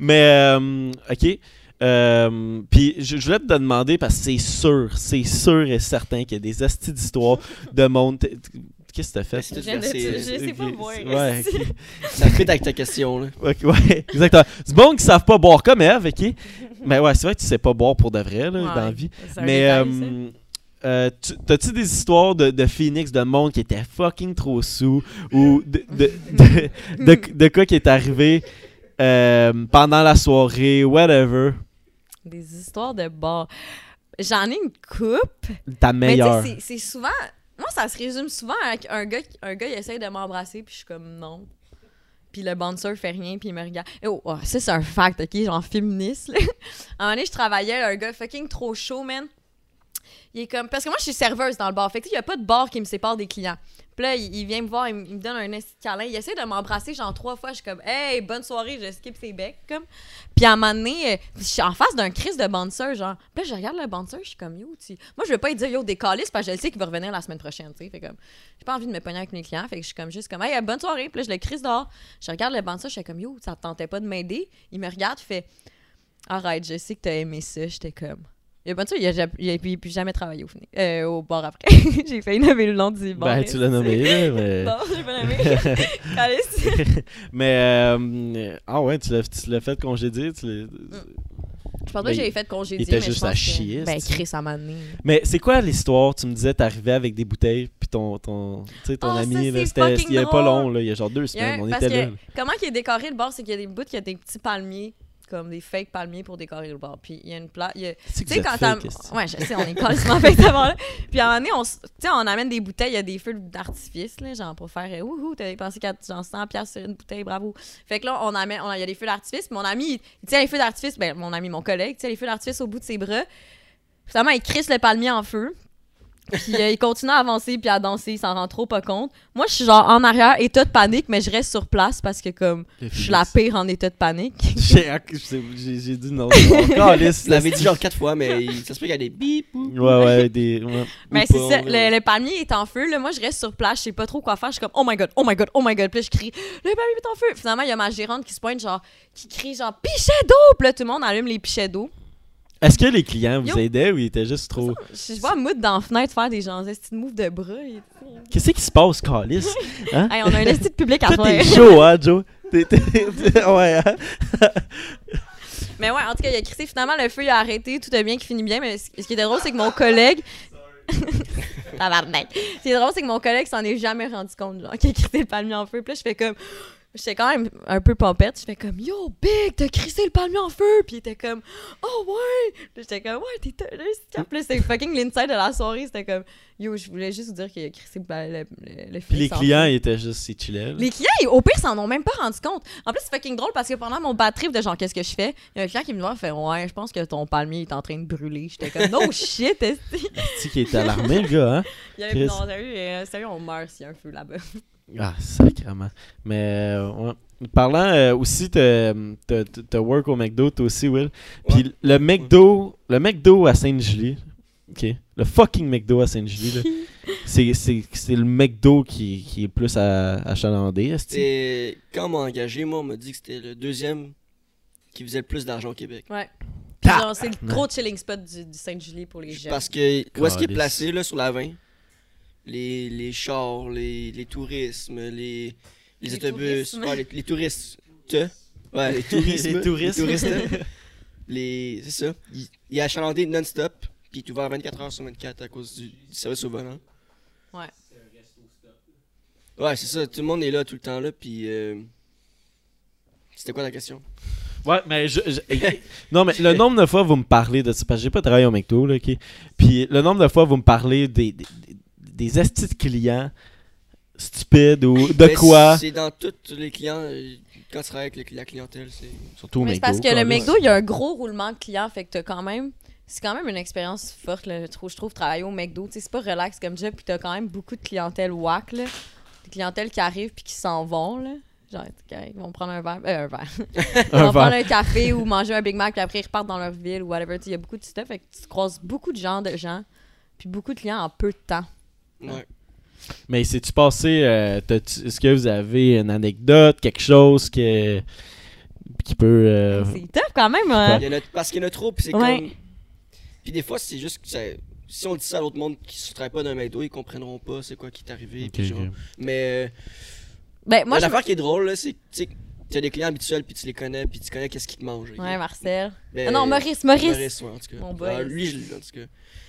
Mais, euh, OK. Euh, puis je, je voulais te demander, parce que c'est sûr, c'est sûr et certain qu'il y a des astis d'histoires de monde. T'es- t'es- Qu'est-ce que t'as fait?
Est-ce
je,
que-
viens de-
c'est-
je sais pas
Ok,
voir.
Ouais, ok.
Ça fait avec ta question, là.
Ok, ouais, exactement. C'est bon qu'ils savent pas boire comme Eve, ok? Mais ouais, c'est vrai que tu sais pas boire pour de vrai, là,
Ouais,
dans la vie.
c'est un
Mais,
détail, ça. hein.
euh, euh, tu- t'as-tu des histoires de, de Phoenix, de monde qui était fucking trop sous, ou de, de, de, de- de quoi qui est arrivé euh, pendant la soirée, whatever,
Des histoires de bar. J'en ai une coupe.
ta
Mais tu
meilleure?
sais, c'est- c'est souvent. Moi, ça se résume souvent avec un gars, qui- un gars il essaye de m'embrasser, puis je suis comme non. Puis le bouncer fait rien, puis il me regarde. Et Oh, oh, ça, c'est un fact, ok? Genre féministe, là. À un moment donné, je travaillais, un gars fucking trop chaud, man. Il est comme. Parce que moi, je suis serveuse dans le bar. Fait que, tu sais, il n'y a pas de bar qui me sépare des clients. Puis là, il, il vient me voir, il, me- il me donne un esti de câlin. Il essaie de m'embrasser, genre trois fois. Je suis comme, hey, bonne soirée, je skip ses becs, comme. Puis à un moment donné, euh, je suis en face d'un crise de bouncer, genre. Puis là, je regarde le bouncer, je suis comme, yo, tu. Moi, je veux pas lui dire, yo, décalisse, parce que je le sais qu'il va revenir la semaine prochaine, tu sais. Fait comme, j'ai pas envie de me pogner avec mes clients. Fait que je suis comme, juste comme, hey, euh, bonne soirée. Puis là, je le crise dehors. Je regarde le bouncer, je suis comme, yo, ça te tentait pas de m'aider. Il me regarde, fait, arrête, je sais que t'as aimé ça. J'étais comme. Le bouncer, il a, ja- il a- il a plus jamais travaillé au, fini- euh, au bar après. j'ai failli nommer le nom du bar.
Ben,
là,
tu l'as nommé, là, mais...
Non, j'ai pas nommé. Calisse.
mais, euh, ah ouais, tu l'as, tu l'as fait congédier, tu l'as-
Mm. Je pense pas
Mais
que j'avais fait congédier.
Ben, il était
mais je
juste
pense
à
que-
chier,
Ben,
c'est-tu?
Chris, à m'amener.
Mais c'est quoi l'histoire? Tu me disais, t'arrivais avec des bouteilles, puis ton, ton, tu sais, ton
Oh, ça,
ami, là,
c'est
c'était,
fucking
il y a pas
drôle.
long, là, il y a genre deux semaines, on
parce
était là.
que comment qu'il est décoré le bar, c'est qu'il y a des bouts qui ont des petits palmiers, comme des fake palmiers pour décorer le bar. Puis il y a une place. il y a-
C'est que
Tu
vous
sais,
êtes
quand
fake,
t'am-
esti.
Ouais, je sais, on est quasiment fait avant là. Puis à un moment donné, on, s- tu sais, on amène des bouteilles, il y a des feux d'artifice, là, genre pour faire euh, Wouhou, t'avais pensé qu'à genre 100 piastres sur une bouteille, bravo. Fait que là, on amène, on- il y a des feux d'artifice. Mon ami, il- il tient les feux d'artifice, ben mon ami, mon collègue, il tient les feux d'artifice au bout de ses bras. Finalement, il crisse le palmier en feu. Puis euh, il continue à avancer puis à danser, il s'en rend trop pas compte. Moi, je suis genre en arrière, état de panique, mais je reste sur place parce que comme
Le
je suis la
Phoenix.
pire en état de panique.
J'ai, j'ai- j'ai- j'ai dit non. Encore
Tu l'avais dit genre quatre fois, mais il- ça se peut qu'il y a des bip. boum.
Ouais, ouais, des. ouais.
Ou
Mais Ben,
euh,
c'est
pas,
ça,
on
le,
verra.
le palmier est en feu. Là, moi, je reste sur place, je sais pas trop quoi faire. Je suis comme, oh my god, oh my god, oh my god. Puis là, je crie, le palmier est en feu. Finalement, il y a ma gérante qui se pointe, genre, qui crie, genre, pichet d'eau. Puis là, tout le monde allume les pichets d'eau.
Est-ce que les clients vous
Yo.
aidaient ou ils étaient juste
Oh.
trop.
Je, je vois Mood dans la fenêtre faire des gens, esti de move de bras. Et...
Qu'est-ce qui se passe, Calis? Hein?
Hey, on a un esti de public à
Toi, t'es
faire.
chaud, hein, Joe? T'es- t'es- t'es- ouais, hein?
Mais ouais, en tout cas, il a crissé. Finalement, le feu, il a arrêté. Tout est bien qui finit bien. Mais ce ce qui était drôle, c'est que mon collègue. Tabarnak. Ce qui est drôle, c'est que mon collègue s'en est jamais rendu compte, genre, qu'il a crissé le palmier en feu. Puis là, je fais comme. J'étais quand même un peu pompette. Je fais comme Yo, Big, t'as crissé le palmier en feu. Puis il était comme Oh, ouais. Puis j'étais comme Ouais, t'es un Puis là, c'était fucking l'inside de la soirée. C'était comme Yo, je voulais juste vous dire qu'il a crissé le, pal- le, le, le feu.
Puis les
sans feu.
clients, ils étaient juste, c'est hein. chillaient. là.
Les clients, ils- au pire, s'en ont même pas rendu compte. En plus, c'est fucking drôle parce que pendant mon bad trip de genre, qu'est-ce que je fais? Il y a un client qui me voit, il fait Ouais, je pense que ton palmier est en train de brûler. J'étais comme No shit, esti.
Tu qui étaient alarmés, le gars, hein?
Il y avait
Chris.
non, sérieux, euh, sérieux, on meurt s'il y a un feu là-bas.
Ah, sacrément. Mais, euh, ouais. Parlant euh, aussi, de te work au McDo, toi aussi, Will. Puis le McDo, le McDo à Sainte-Julie, OK? Le fucking McDo à Sainte-Julie, là. c'est- c'est c'est le McDo qui, qui est plus à, achalandé. esti.
Et quand on m'a engagé, moi, on m'a dit que c'était le deuxième qui faisait le plus d'argent au Québec.
Ouais. Puis genre, c'est le gros chilling spot du, du Sainte-Julie pour les jeunes.
Parce que où est-ce qu'il est
Calisse.
placé là sur la 20 les, les chars, les, les tourismes, les, les,
Les
autobus,
tourismes.
ouais, les, les touristes. Ouais, les touristes.
Les touristes.
Les touristes. les- C'est ça. Il, il est achalandé non-stop, puis il est ouvert 24 heures sur 24 à cause du, du service au volant.
Ouais.
Ouais, c'est ça. Tout le monde est là tout le temps là, puis. euh, C'était quoi la question?
Ouais, mais je, je- non, mais le nombre de fois vous me parlez de ça, parce que j'ai pas travaillé au McDo, là, ok? Puis le nombre de fois vous me parlez des, des, des estis de clients stupides ou de
Mais
quoi.
Ben, C'est dans tous les clients. euh, Quand tu travailles avec le- la clientèle, c'est.
Surtout au
Mais
McDo.
c'est parce que le
câlisse.
McDo, il y a un gros roulement de clients, fait que t'as quand même. C'est quand même une expérience forte, là, je trouve, je trouve, travailler au McDo. Tu sais, c'est pas relax comme job, puis t'as quand même beaucoup de clientèle whack, là. Des clientèles qui arrivent puis qui s'en vont, là. Genre, ils vont prendre un verre. euh, un verre. Ils
Un
vont prendre
verre.
un café ou manger un Big Mac, puis après, ils repartent dans leur ville ou whatever. Tu sais, il y a beaucoup de stuff, fait que tu croises beaucoup de gens, de gens, puis beaucoup de clients en peu de temps.
Ouais.
Mais c'est-tu passé. euh, t'as-tu- Est-ce que vous avez une anecdote, quelque chose que, qui peut. euh,
C'est tough quand même, hein?
Il y en a- parce qu'il y en a trop, puis c'est
Ouais.
comme. Puis des fois, c'est juste que ça- si on dit ça à l'autre monde qui se travaille pas d'un McDo, ils comprendront pas c'est quoi qui est arrivé.
Ok,
puis genre.
ok.
Mais
Ben, moi,
moi,
je.
l'affaire qui est drôle, là, c'est que tu sais, t'as des clients habituels, puis tu les connais, puis tu connais qu'est-ce qu'ils te mangent. ok?
Ouais, Marcel.
Mais-
Ah non, Maurice, Maurice.
ouais, en tout cas.
Mon boy.
Ah, lui, je l'ai, en tout cas.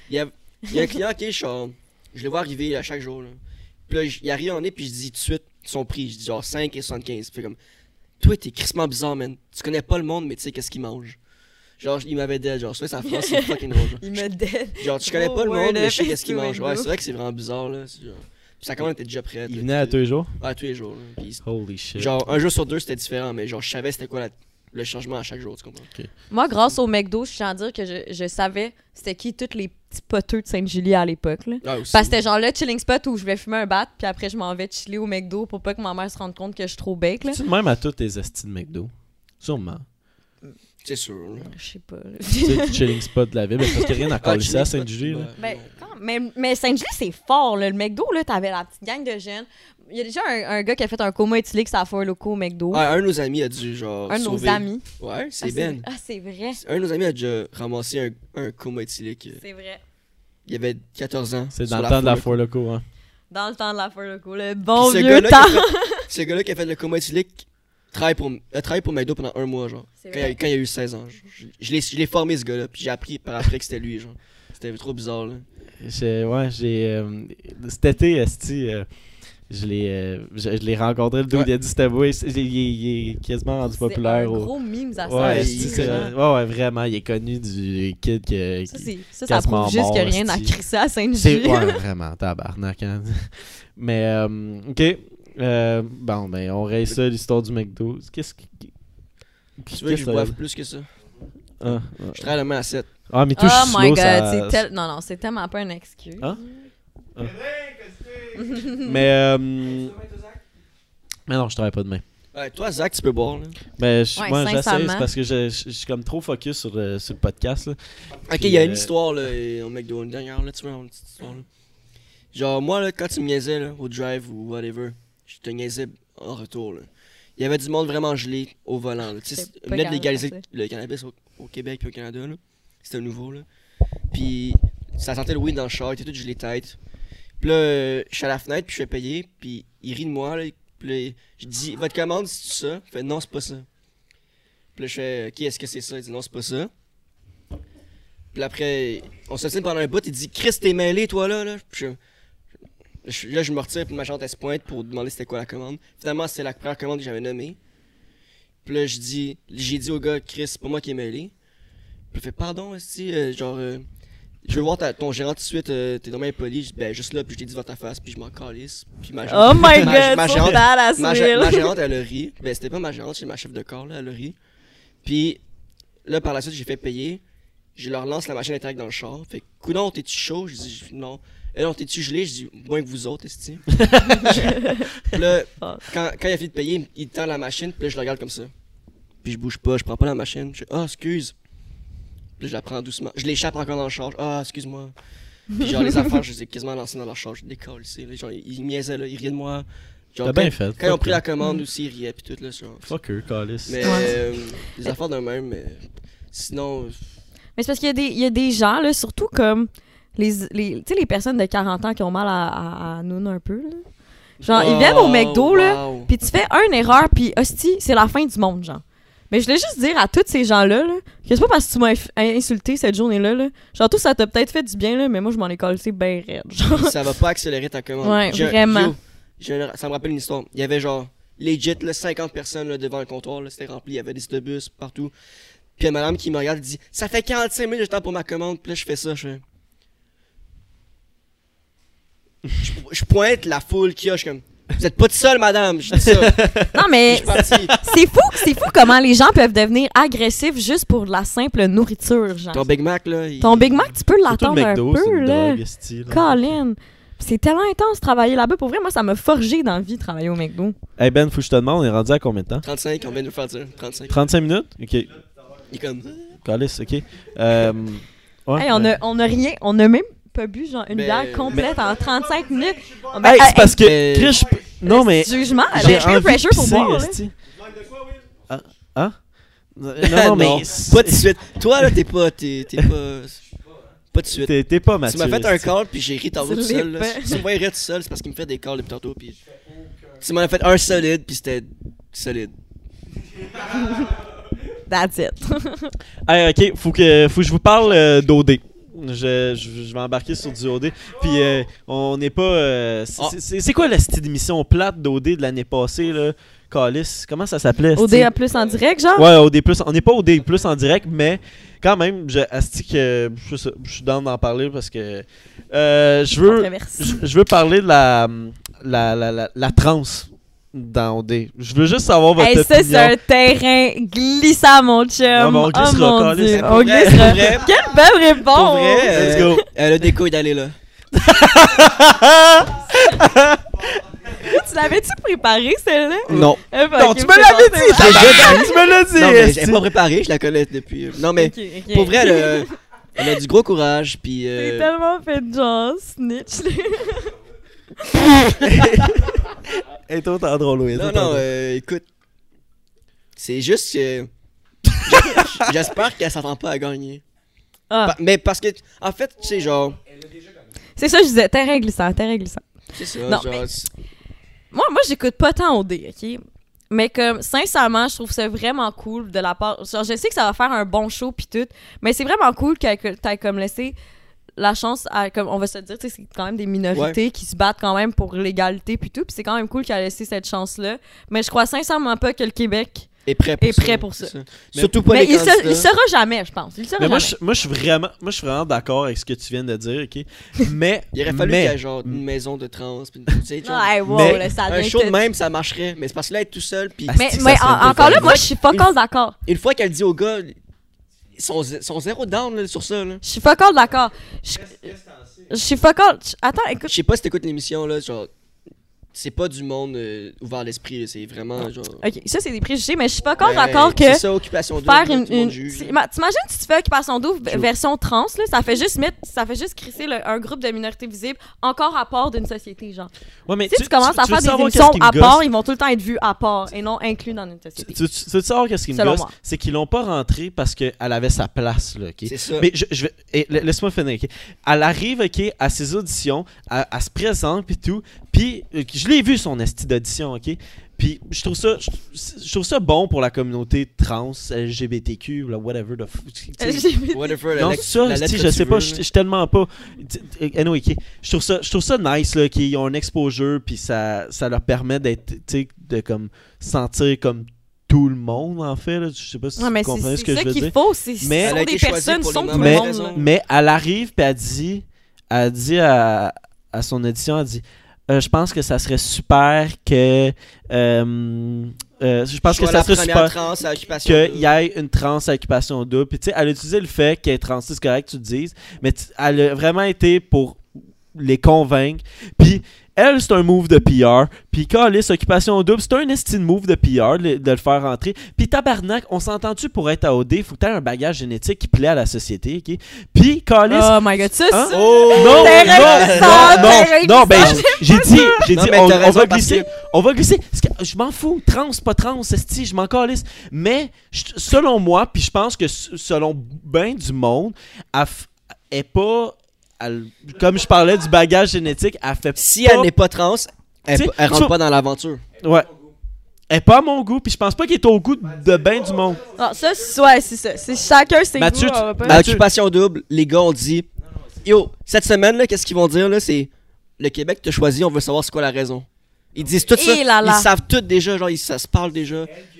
Il y a, il y a un client qui est genre. Je le vois arriver à chaque jour. Là. Puis là, j- il arrive en nez, puis je dis tout de suite son prix. Je dis genre 5 et 75. Puis comme. Toi, t'es crissement bizarre, man. Tu connais pas le monde, mais tu sais qu'est-ce qu'il mange. Genre, il m'avait dead. Genre, ça, c'est en France, c'est fucking drôle. genre.
Il me dead.
Genre, tu connais
Gros
pas le
word
monde, mais je sais
up,
qu'est-ce qu'il
to
mange. Ouais,
McDo.
c'est vrai que c'est vraiment bizarre, là. c'est genre- Puis sa commande était déjà prête.
Il
là,
venait à
puis-
tous les jours?
Ouais, à tous les jours. là. Puis
Holy shit.
genre, un jour sur deux, c'était différent, mais genre, je savais c'était quoi la- le changement à chaque jour, tu comprends?
Moi, grâce au McDo, je suis en dire que je, je savais c'était qui tous les petits poteux de Sainte-Julie à l'époque. là.
Ouais, aussi.
Parce que c'était genre le chilling spot où je vais fumer un bat, puis après je m'en vais chiller au McDo pour pas que ma mère se rende compte que je suis trop bake. Là.
C'est le même à toutes les estis de McDo. Sûrement.
C'est sûr, là.
Je sais pas. là.
tu sais, le chilling spot de la ville. mais Parce qu'il n'y a rien à
Ah,
coller ça à Saint-Julie. là.
Bah,
Ben,
non.
quand- mais, mais Saint-Julie, c'est fort. Là. Le McDo, là, t'avais la petite gang de jeunes. Il y a déjà un, un gars qui a fait un coma éthylique sur la foire locaux au McDo.
Ouais, Ah, un de nos amis a dû genre.
un de nos
sauver-
amis.
Ouais,
Ah,
c'est Ben.
Ah, c'est vrai.
Un de nos amis a déjà ramassé un, un coma éthylique. euh,
C'est vrai.
Il avait 14 ans.
C'est
sur
dans le temps de la
foule.
foire loco. Hein.
Dans le temps de la foire locaux. Le
Puis
bon
ce
vieux
gars-là qui
temps.
a fait- Ce gars-là qui a fait le coma éthylique travaille pour, a travaillé pour McDo pendant un mois, genre.
C'est
Quand, il a-
vrai.
quand il a eu 16 ans. genre. Je, je l'ai- je l'ai formé, ce gars-là. Puis j'ai appris par après que c'était lui, genre. C'était trop bizarre, là.
J'ai- ouais, j'ai. euh, cet été, Esti, euh, je l'ai euh, je, je l'ai rencontré le dos,
Ouais.
il a dit Staboué. Il, il- il est quasiment rendu
C'est
populaire.
un
au-
gros mime à ça.
Ouais,
il-
esti,
il-
c'est-
il-
ouais, ouais, vraiment. Il est connu du kid que.
Ça,
qui-
c'est- ça, ça
quasiment
prouve juste
mort,
qu'il n'y a rien à
esti.
crisser à
c'est
Sainte-Julie.
ouais, vraiment, tabarnak. hein. Mais, euh, ok. euh, bon, ben, on reste ça, l'histoire du McDo. Qu'est-ce qui.
Tu veux que je
qu'est-ce
boive plus que ça?
Ah, ah.
Je travaille la main à 7.
Ah, mais
Oh
tout je suis
my
slow,
god,
ça-
c'est tel... Non, non, c'est tellement pas une excuse.
Hein? Mais, euh, mais non, je travaille pas demain.
Ouais, toi, Zach, tu peux boire, là.
Ben, je-
Ouais,
moi, j'essaie, c'est
sincèrement.
parce que je, je- je suis comme trop focus sur le, sur le podcast. là.
Ok,
Puis,
il y a
euh,
une histoire là, et- au McDo, une dernière, là, tu vois, une petite histoire. Là. Genre, moi, là, quand tu me niaisais là, au drive ou whatever, je te niaisais en retour. Là. Il y avait du monde vraiment gelé au volant. là. Tu sais,
J'étais
on
pas
venait de
capable de
légaliser
faire
le cannabis au, au Québec et au Canada. là. C'était nouveau. Là. Puis, ça sentait le weed dans le char, il était tout gelé tête. Puis là, euh, je suis à la fenêtre, puis je fais payer, puis il rit de moi. Là, puis là, je dis, votre commande, c'est ça? Il fait, non, c'est pas ça. Puis là, je fais, ok, est-ce que c'est ça? Il dit, non, c'est pas ça. Puis là, après, on s'obstine pendant un bout, il dit Chris, t'es mêlé, toi là. là. Puis je, je- là, je me retire, puis ma chante elle se pointe pour demander c'était quoi la commande. Finalement, c'est la première commande que j'avais nommée. Puis là, je dis, j'ai dit au gars, Chris, c'est pas moi qui ai mêlé. Puis il fait Pardon, si, genre, euh, je veux voir ta- ton gérant tout de suite, euh, t'es dommage poli. Je dis Ben, juste là, puis je t'ai dit devant ta face, puis je m'en calisse. Puis ma
Oh
gérante-
my
ma-
god,
ma
so
gérante-
bad
ma,
à
gé- ma
Cyril.
gérante, elle a ri. Ben, c'était pas ma gérante, c'est ma chef de corps, là, elle a ri. Puis, là, par la suite, j'ai fait payer. Je leur lance la machine à dans le char. Fait que, coudon, t'es-tu chaud? Je dis, non. Et non, t'es-tu gelé? Je dis, moins que vous autres, esti. Puis là, quand, quand il a fini de payer, il tend la machine, puis là, je la regarde comme ça. Puis je bouge pas, je prends pas la machine. Je fais, ah, excuse. Puis là, je la prends doucement. Je l'échappe encore dans le char. Ah, excuse-moi. Puis genre, les affaires, je les ai quasiment lancées dans leur char. Je décolle, c'est là. Genre, ils niaisaient, là. Ils riaient de moi. Genre,
T'as
quand,
bien fait.
quand ils ont
Fuck
pris
eux.
la commande aussi, ils riaient, puis tout, là. Genre.
Fuck eux, calice.
Mais
Ouais.
euh, les affaires de même, mais sinon,
Mais c'est parce qu'il y a des, il y a des gens, là, surtout comme les, les, tu sais, les personnes de 40 ans qui ont mal à, à, à noun un peu. Là. Genre, ils viennent au McDo, là, puis tu fais une erreur, puis hostie, c'est la fin du monde, genre. Mais je voulais juste dire à tous ces gens-là là, que c'est pas parce que tu m'as inf- insulté cette journée-là. Là. Genre, tout ça t'a peut-être fait du bien, là, mais moi, je m'en ai collé bien raide. Genre.
ça va pas accélérer ta commande.
Ouais,
J'ai-
vraiment.
yo, j'ai un- ça me rappelle une histoire. Il y avait genre, legit, là, 50 personnes là, devant le comptoir, là, c'était rempli, il y avait des autobus partout. Puis la madame qui me regarde elle dit Ça fait 45 minutes que j'attends pour ma commande, puis là, je fais ça, je fais. Je, je pointe la foule qui a, je suis comme Vous êtes pas tout seul, madame, je dis ça. Puis
Non,
je
mais
suis parti.
c'est fou, c'est fou comment les gens peuvent devenir agressifs juste pour de la simple nourriture, genre.
Ton Big Mac, là. il-
Ton Big Mac, tu peux
Surtout
l'attendre
le
un
McDo, c'est
peu,
une
là.
drogue, esti, là.
Colin! C'est tellement intense travailler là-bas. Pour vrai, moi, ça m'a forgé dans la vie travailler au McDo.
Hey Ben, faut que je te demande, on est rendu à combien de temps
35, on vient de nous faire dire. 35.
35 minutes Ok.
Il est comme.
Calice, ok. Euh, ouais,
Hey, on,
mais-
a, on a rien, on a même pas bu genre une
Mais-
bière complète en 35 minutes. Ah, ben,
Hey, c'est parce que.
mais-
Chris, je peux- Non, mais.
Jugement,
J'ai
j'ai un
envie
pressure
de
pour
pisser,
boire. là.
esti. Ah, Hein Non, non, mais.
Pas de suite. Toi, là, t'es pas. T'es t'es pas. Pas de suite.
T'es t'es pas
Tu
Mathieu.
m'as fait un
esti.
call puis j'ai ri tantôt
Tu
tout seul. là.
l'es pas.
Si tu me vois rire tout seul, c'est parce qu'il me fait des calls depuis tantôt. Puis... Tu m'en as fait un solide puis c'était solide.
That's it.
Hey, ok, faut que, faut que je vous parle euh, d'OD. Je, je, je vais embarquer sur du OD. Puis euh, on n'est pas. euh, c'est-
Ah.
c'est c'est quoi la petite émission plate d'OD de l'année passée, là Calice, comment ça s'appelait
Au
esti?
DA plus en direct, genre?
Ouais, OD plus. On n'est pas OD plus en direct, mais quand même, je, asti que je, sais- je suis dans d'en parler parce que euh, je veux
Controverse.
je je veux parler de la, la, la, la, la transe dans OD. Je veux juste savoir votre
Hey, ça, c'est
opinion.
un terrain glissant, mon chum.
Ah, ben, on
oh
glissera,
mon
Calis.
dieu,
Pour
on
vrai,
glissera.
pour vrai.
Quelle belle réponse!
Pour vrai, euh,
Let's go.
euh, le déco est d'aller là.
Tu l'avais-tu préparé, celle-là?
Non.
Eh, ben,
Non,
ok,
tu
c'est
me l'avais
bon,
dit!
c'est
tabarnak, Tu me l'as dit!
Non, mais
esti.
j'ai pas préparé, je la connais depuis. euh, Non,
bon.
mais
Ok, ok.
pour vrai, elle, a- elle a du gros courage puis.
T'es
euh,
tellement fait de genre snitch. là.
Et toi, t'es drôle, Louis.
Non, non, euh, écoute. C'est juste que. J'espère qu'elle s'attend pas à gagner.
Ah,
Bah.
Pa- Mais parce que, en fait, tu sais, genre.
c'est ça, je disais, terrain glissant, terrain glissant.
C'est ça,
Non,
genre.
mais-
c'est-
Moi, moi j'écoute pas tant au dé, OK? Mais comme, sincèrement, je trouve ça vraiment cool de la part... Genre, je sais que ça va faire un bon show pis tout, mais c'est vraiment cool que que t'aies comme laissé la chance à, comme on va se le dire, tu sais, c'est quand même des minorités qui se battent quand même pour l'égalité pis tout, pis c'est quand même cool qu'elle a laissé cette chance-là. Mais je crois sincèrement pas que le Québec...
Est prêt pour
Est
ça.
prêt pour
c'est
ça.
Mais-
Surtout pas
mais
les
il, se-
candidats.
il sera jamais, je pense. Il sera
Mais moi,
jamais.
je, moi, je suis vraiment, moi, je suis vraiment d'accord avec ce que tu viens de dire, ok? Mais.
Il aurait fallu
mais- Hmm.
qu'il y ait genre une maison de trans. Puis, tu sais, genre,
Non, hey, wow,
Mais-
là, ça
un
vient
show de
que-
même, ça marcherait. Mais c'est parce que là, être tout seul. Puis
Asti,
Mais,
que
mais
ça
en-
serait
encore là,
dégueulasse.
moi, je suis fuck all d'accord.
une fois qu'elle dit au gars, ils sont, ils sont zéro down là, sur ça. Là.
Je suis fuck all d'accord. Je je suis fuck all. je- Attends,
Je
écoute.
sais pas si t'écoutes l'émission, là, genre. C'est pas du monde euh, ouvert à l'esprit, là, c'est vraiment genre.
Ok, ça, c'est des préjugés, mais je suis fuck all
Ben,
d'accord que
C'est ça, occupation double,
faire
là,
une.
tout le monde
une-
juge,
tu-
là.
ma- T'imagines si tu fais Occupation Double v-
Joue.
version trans, là, ça fait juste mettre. Ça fait juste crisser le- un groupe de minorités visibles encore à part d'une société, genre.
Ouais, mais
Si tu, commences à
tu veux
faire des
savoir
émissions
qu'est-ce qui me
à
gosse?
part, ils vont tout le temps être vus à part et non inclus dans une
Tu,
société.
tu- tu veux savoir qu'est-ce qui me
Selon
gosse?
moi.
C'est qu'ils l'ont pas rentrée parce qu'elle avait sa place, là, ok?
C'est ça.
Mais je, je vais. eh, la- Laisse-moi finir, ok? Elle arrive, ok, à ses auditions, elle, elle se présente, puis tout. Puis, euh, je l'ai vu, son esti d'audition, ok? Puis, je trouve ça je, je trouve ça bon pour la communauté trans, LGBTQ, là, whatever the f- tu sais,
LGBT.
Whatever, Euh, la
Non,
lec-
ça,
la
si,
lettre que
je
tu
sais
veux,
pas,
là.
je je suis tellement pas. tu- euh, Anyway, ok. je trouve ça, je trouve ça nice là, qu'ils ont un exposure puis ça, ça leur permet d'être, tu sais, de comme sentir comme tout le monde en fait. Là. Je sais pas si
Ouais, mais
vous
c'est
comprenez ce que
c'est ça
je veux
qu'il
dire.
faut. C'est
Mais-
ce
Elle a
sont
été
des
choisie
personnes,
pour
sont
les
tout le
mêmes
monde.
raisons.
là.
Mais elle arrive puis elle dit, elle dit à, à son audition, elle dit, Euh, je pense que ça serait super que, euh, euh, je pense que
Soit la
ça serait
première
super
trans à occupation
qu'il
double.
y ait une trans à occupation double. Puis, tu sais, elle a utilisé le fait qu'elle est trans, c'est correct, que tu le dises, mais tu- elle a vraiment été pour les convaincre. Puis, Elle, c'est un move de PR. Puis Calis, occupation double, c'est un estime move de PR de, de le faire rentrer. Puis tabarnak, on s'entend-tu pour être à OD, faut que t'aies un bagage génétique qui plaît à la société, ok? Puis Calis.
Oh my god, ça,
Hein?
ça-
Non, non,
Terrain glissant,
non,
terrain
non, ben
glissant,
j'ai j'ai dit, j'ai
Non,
dit,
mais
on,
t'as
on
raison
va
parce
glisser, on va glisser. Parce que Je m'en fous, trans, pas trans, esti, je m'en calisse. Mais je- selon moi, puis je pense que s- selon ben du monde, elle f- est pas, elle- comme je parlais du bagage génétique, elle fait
Si
pas
elle n'est pas trans, elle,
Tu sais,
elle
tu
rentre
vois-
pas dans l'aventure.
Ouais. Elle est pas à mon goût, puis je pense pas qu'elle est au goût de ben du monde.
Non, Ah, ça, c'est- ouais, c'est ça. C'est chacun ses
Mathieu,
goûts,
Ah, tu-
on va pas-
Mathieu,
À occupation double, les gars ont dit Yo, cette semaine, là, qu'est-ce qu'ils vont dire là C'est le Québec te choisi, on veut savoir c'est quoi la raison. Ils disent tout ça.
Et Eh là là.
Ils savent tout déjà, genre, ils, ça se parlent déjà.
Eh,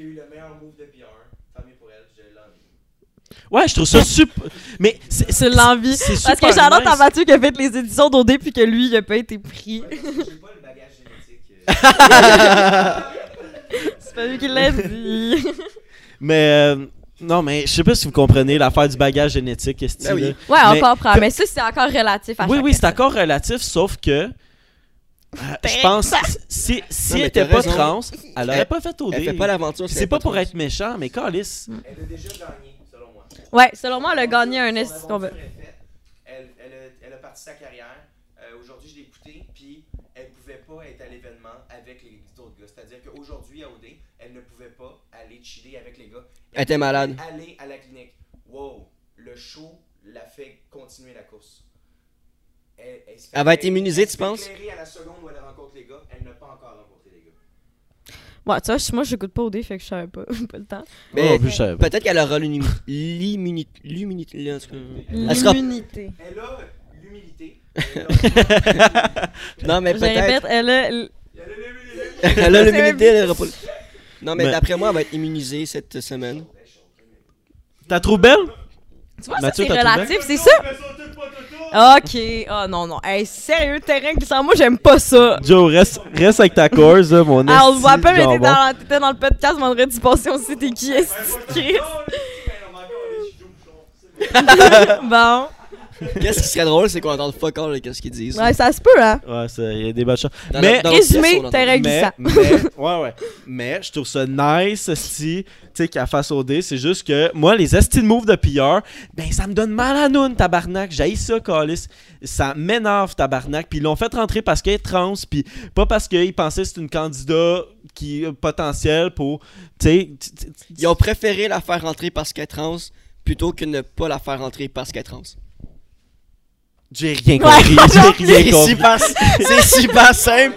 Ouais, je trouve ça super. Mais c'est
C'est l'envie.
c'est super.
Parce que j'adore
nice.
ta Mathieu qui a fait les éditions d'OD puis que lui, il a pas été pris.
euh,
C'est pas lui qui l'a dit.
Mais euh, non, mais je sais pas si vous comprenez l'affaire du bagage génétique, est
Ben oui.
Ouais, on
Mais-
comprend. Mais ça, c'est encore relatif à
Oui,
chacun.
oui, c'est encore relatif, sauf que. euh,
Ben,
je pense si si
Non, mais
elle était
t'as
pas
raison.
trans, elle aurait
Elle-
pas fait OD.
Elle fait pas l'aventure. si
eh. C'est
elle
pas
est
pour
trans.
être méchant, mais Calis.
Elle a déjà gagné, selon moi.
Ouais, selon moi, elle a gagné un est.
Son
qu'on veut.
aventure est faite. Elle, elle a, elle a parti sa carrière. Euh, Aujourd'hui, je l'ai écoutée, puis elle pouvait pas être à l'événement avec les autres gars. C'est-à-dire qu'aujourd'hui, à OD, elle ne pouvait pas aller chiller avec les gars.
Elle était malade.
pouvait Aller à la clinique. Wow, le show l'a fait continuer la course. Elle, elle se fait-
Elle va être
elle-
immunisée,
elle se
tu
fait
penses?
éclairer à la seconde où elle rencontre les gars. Elle n'a pas encore rencontré les gars.
Ouais, tu vois, je- moi, j'écoute pas OD, fait que je savais pas. pas le temps.
Mais
Oh, je savais pas.
peut-être qu'elle aura l'uni- l'immunité. L'immunité. là, en tout cas.
Mm.
Elle sera-
L'immunité.
Elle a l'humilité.
Non,
Ben,
mais
Je répète,
peut-être.
elle a. l-
Elle a l'humilité.
Elle a l'immunité, elle aura pas le- Non, mais
Mais-
d'après moi, elle va être immunisée cette semaine.
T'as trouvé belle?
Tu vois,
Mathieu, t'as
ça, c'est
trouvé?
relatif, c'est ça. Ok, ah non, non. Hey, sérieux, terrain glissant, moi, j'aime pas ça.
Joe, reste, reste avec ta course, là, mon
Ah, on le
esti
voit pas, mais t'étais
jambon.
dans, t'étais dans le podcast vendredi passé, on sait t'es qui est Chris. bon.
Qu'est-ce qui serait drôle, c'est qu'on entende fuck all de qu'est-ce qu'ils disent.
Ouais, ça se peut, hein.
Ouais, c'est- il y a des bachats.
Dans
Mais-
notre- dans notre pièce,
Résumé,
on entend.
terrain glissant.
Mais, mais- ouais, ouais. Mais je trouve ça nice, si, tu sais, qu'elle fasse au dé. C'est juste que, moi, les esti de moves de pilleur, ben, ça me donne mal à noun, tabarnak. J'haïs ça, Calis. Ça m'énerve, tabarnak. Puis ils l'ont fait rentrer parce qu'elle est trans, puis pas parce qu'ils pensaient que c'est une candidat qui est potentielle pour, tu sais, t- t- t-
Ils ont préféré la faire rentrer parce qu'elle est trans plutôt que ne pas la faire rentrer parce qu'elle est trans.
j'ai rien compris. j'ai rien
C'est
compris.
super, c'est super simple.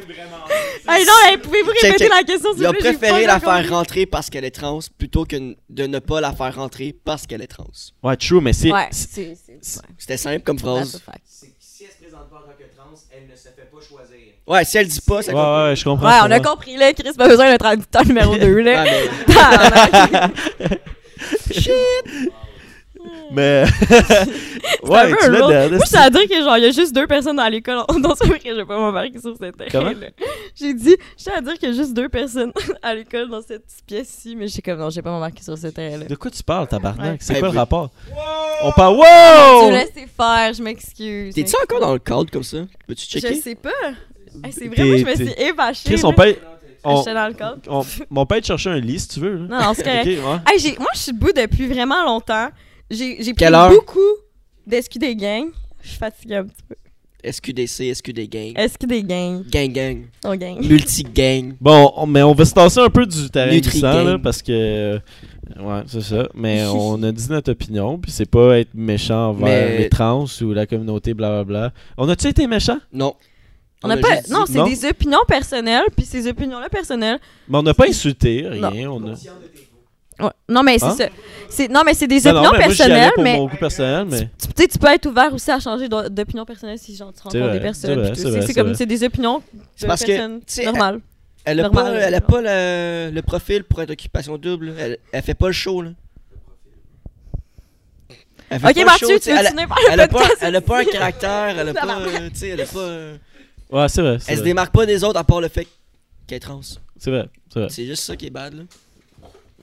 Hey, non, hey, pouvez-vous
Check,
répéter
check.
la question, s'il
Ils
vous
ont
plaît? j'ai
préféré
pas
la
compris.
faire rentrer parce qu'elle est trans plutôt que n- de ne pas la faire rentrer parce qu'elle est trans.
Ouais, true, mais c'est.
Ouais,
c'est-
c'est. c'est- ouais,
C'était simple comme
that's a
phrase.
fact.
C'est que si elle se présente pas en tant que trans, elle ne se fait pas choisir.
Ouais, si elle dit pas, ça
Ouais,
compte.
ouais, ouais, je comprends.
Ouais,
je
on a
comprends.
compris, là. Chris, pas besoin d'un traducteur numéro 2, là.
Ah, mais-
Mais.
C'est un
ouais,
peu
tu
un road-
l'as
Moi, je à dire que genre, il y a juste deux personnes dans l'école. en- Non, c'est vrai, je vais pas m'embarquer sur cette terrain.
Comment?
là. J'ai dit, je à dire qu'il y a juste deux personnes à l'école dans cette pièce-ci, mais j'ai comme, non, j'ai pas m'embarquer sur cette terrain-là.
De quoi tu parles, tabarnak?
Ouais.
C'est
Ben
quoi le
oui.
rapport? On parle. Wow!
Tu laisses faire, je m'excuse.
T'es-tu encore dans le cadre comme ça? Peux-tu
Je
checker?
sais pas. Hey, c'est
T'es-
vrai, moi, je me
t'es-
suis évachée.
Chris,
là.
on peut. On,
J'étais dans le cadre.
on, mais on peut être chercher un lit si tu veux. Là.
Non, non, c'est correct.
Ok, ouais.
Hey, j'ai- moi, je suis debout depuis vraiment longtemps. J'ai j'ai pris
Quelle heure?
beaucoup d'esquis des gangs. Je suis fatiguée un petit peu.
SQDC, SQD gang.
Esquis des gangs. Oh,
Gang gang.
On gagne.
Multi-gang.
Bon, on- mais on va se tasser un peu du terrain
Nutri
glissant, là,
Gang.
parce que. euh, Ouais, c'est ça. Mais on a dit notre opinion, puis c'est pas être méchant envers
Mais-
les trans ou la communauté, blablabla. On a-tu été méchant?
Non.
On n'a pas.
juste dit-
Non, c'est
non.
des opinions personnelles, puis ces opinions-là personnelles.
Mais on n'a pas insulté, rien. On a...
Ouais. Non, mais c'est
Hein?
ça. C'est- Non, mais c'est des
Non, non,
opinions
mais moi, j'y allais
personnelles,
pour
mais
mon goût personnel, mais.
tu, tu sais, tu peux être ouvert aussi à changer d'o- d'opinion personnelle si genre, tu rencontres
vrai,
des
c'est
personnes.
vrai,
puis tout.
c'est
C'est-
vrai,
C'est
c'est
comme
vrai.
c'est des opinions
C'est
de
parce que,
personnes
tu sais,
normales.
Elle a
Normal,
pas, elle a
genre.
pas le, le profil pour être occupation double. Elle, elle fait pas le show, là. Elle fait
Ok,
pas le
Mathieu,
show,
tu
sais, elle,
veux
a-
finir par le
elle a pas,
podcast?
elle a pas un caractère, elle a
Ça
pas,
va.
euh, tu sais, elle a pas. euh,
Ouais, c'est vrai. C'est
elle se
vrai.
démarque pas des autres à part le fait qu'elle est trans.
C'est vrai. c'est vrai.
C'est juste ça qui est bad, là.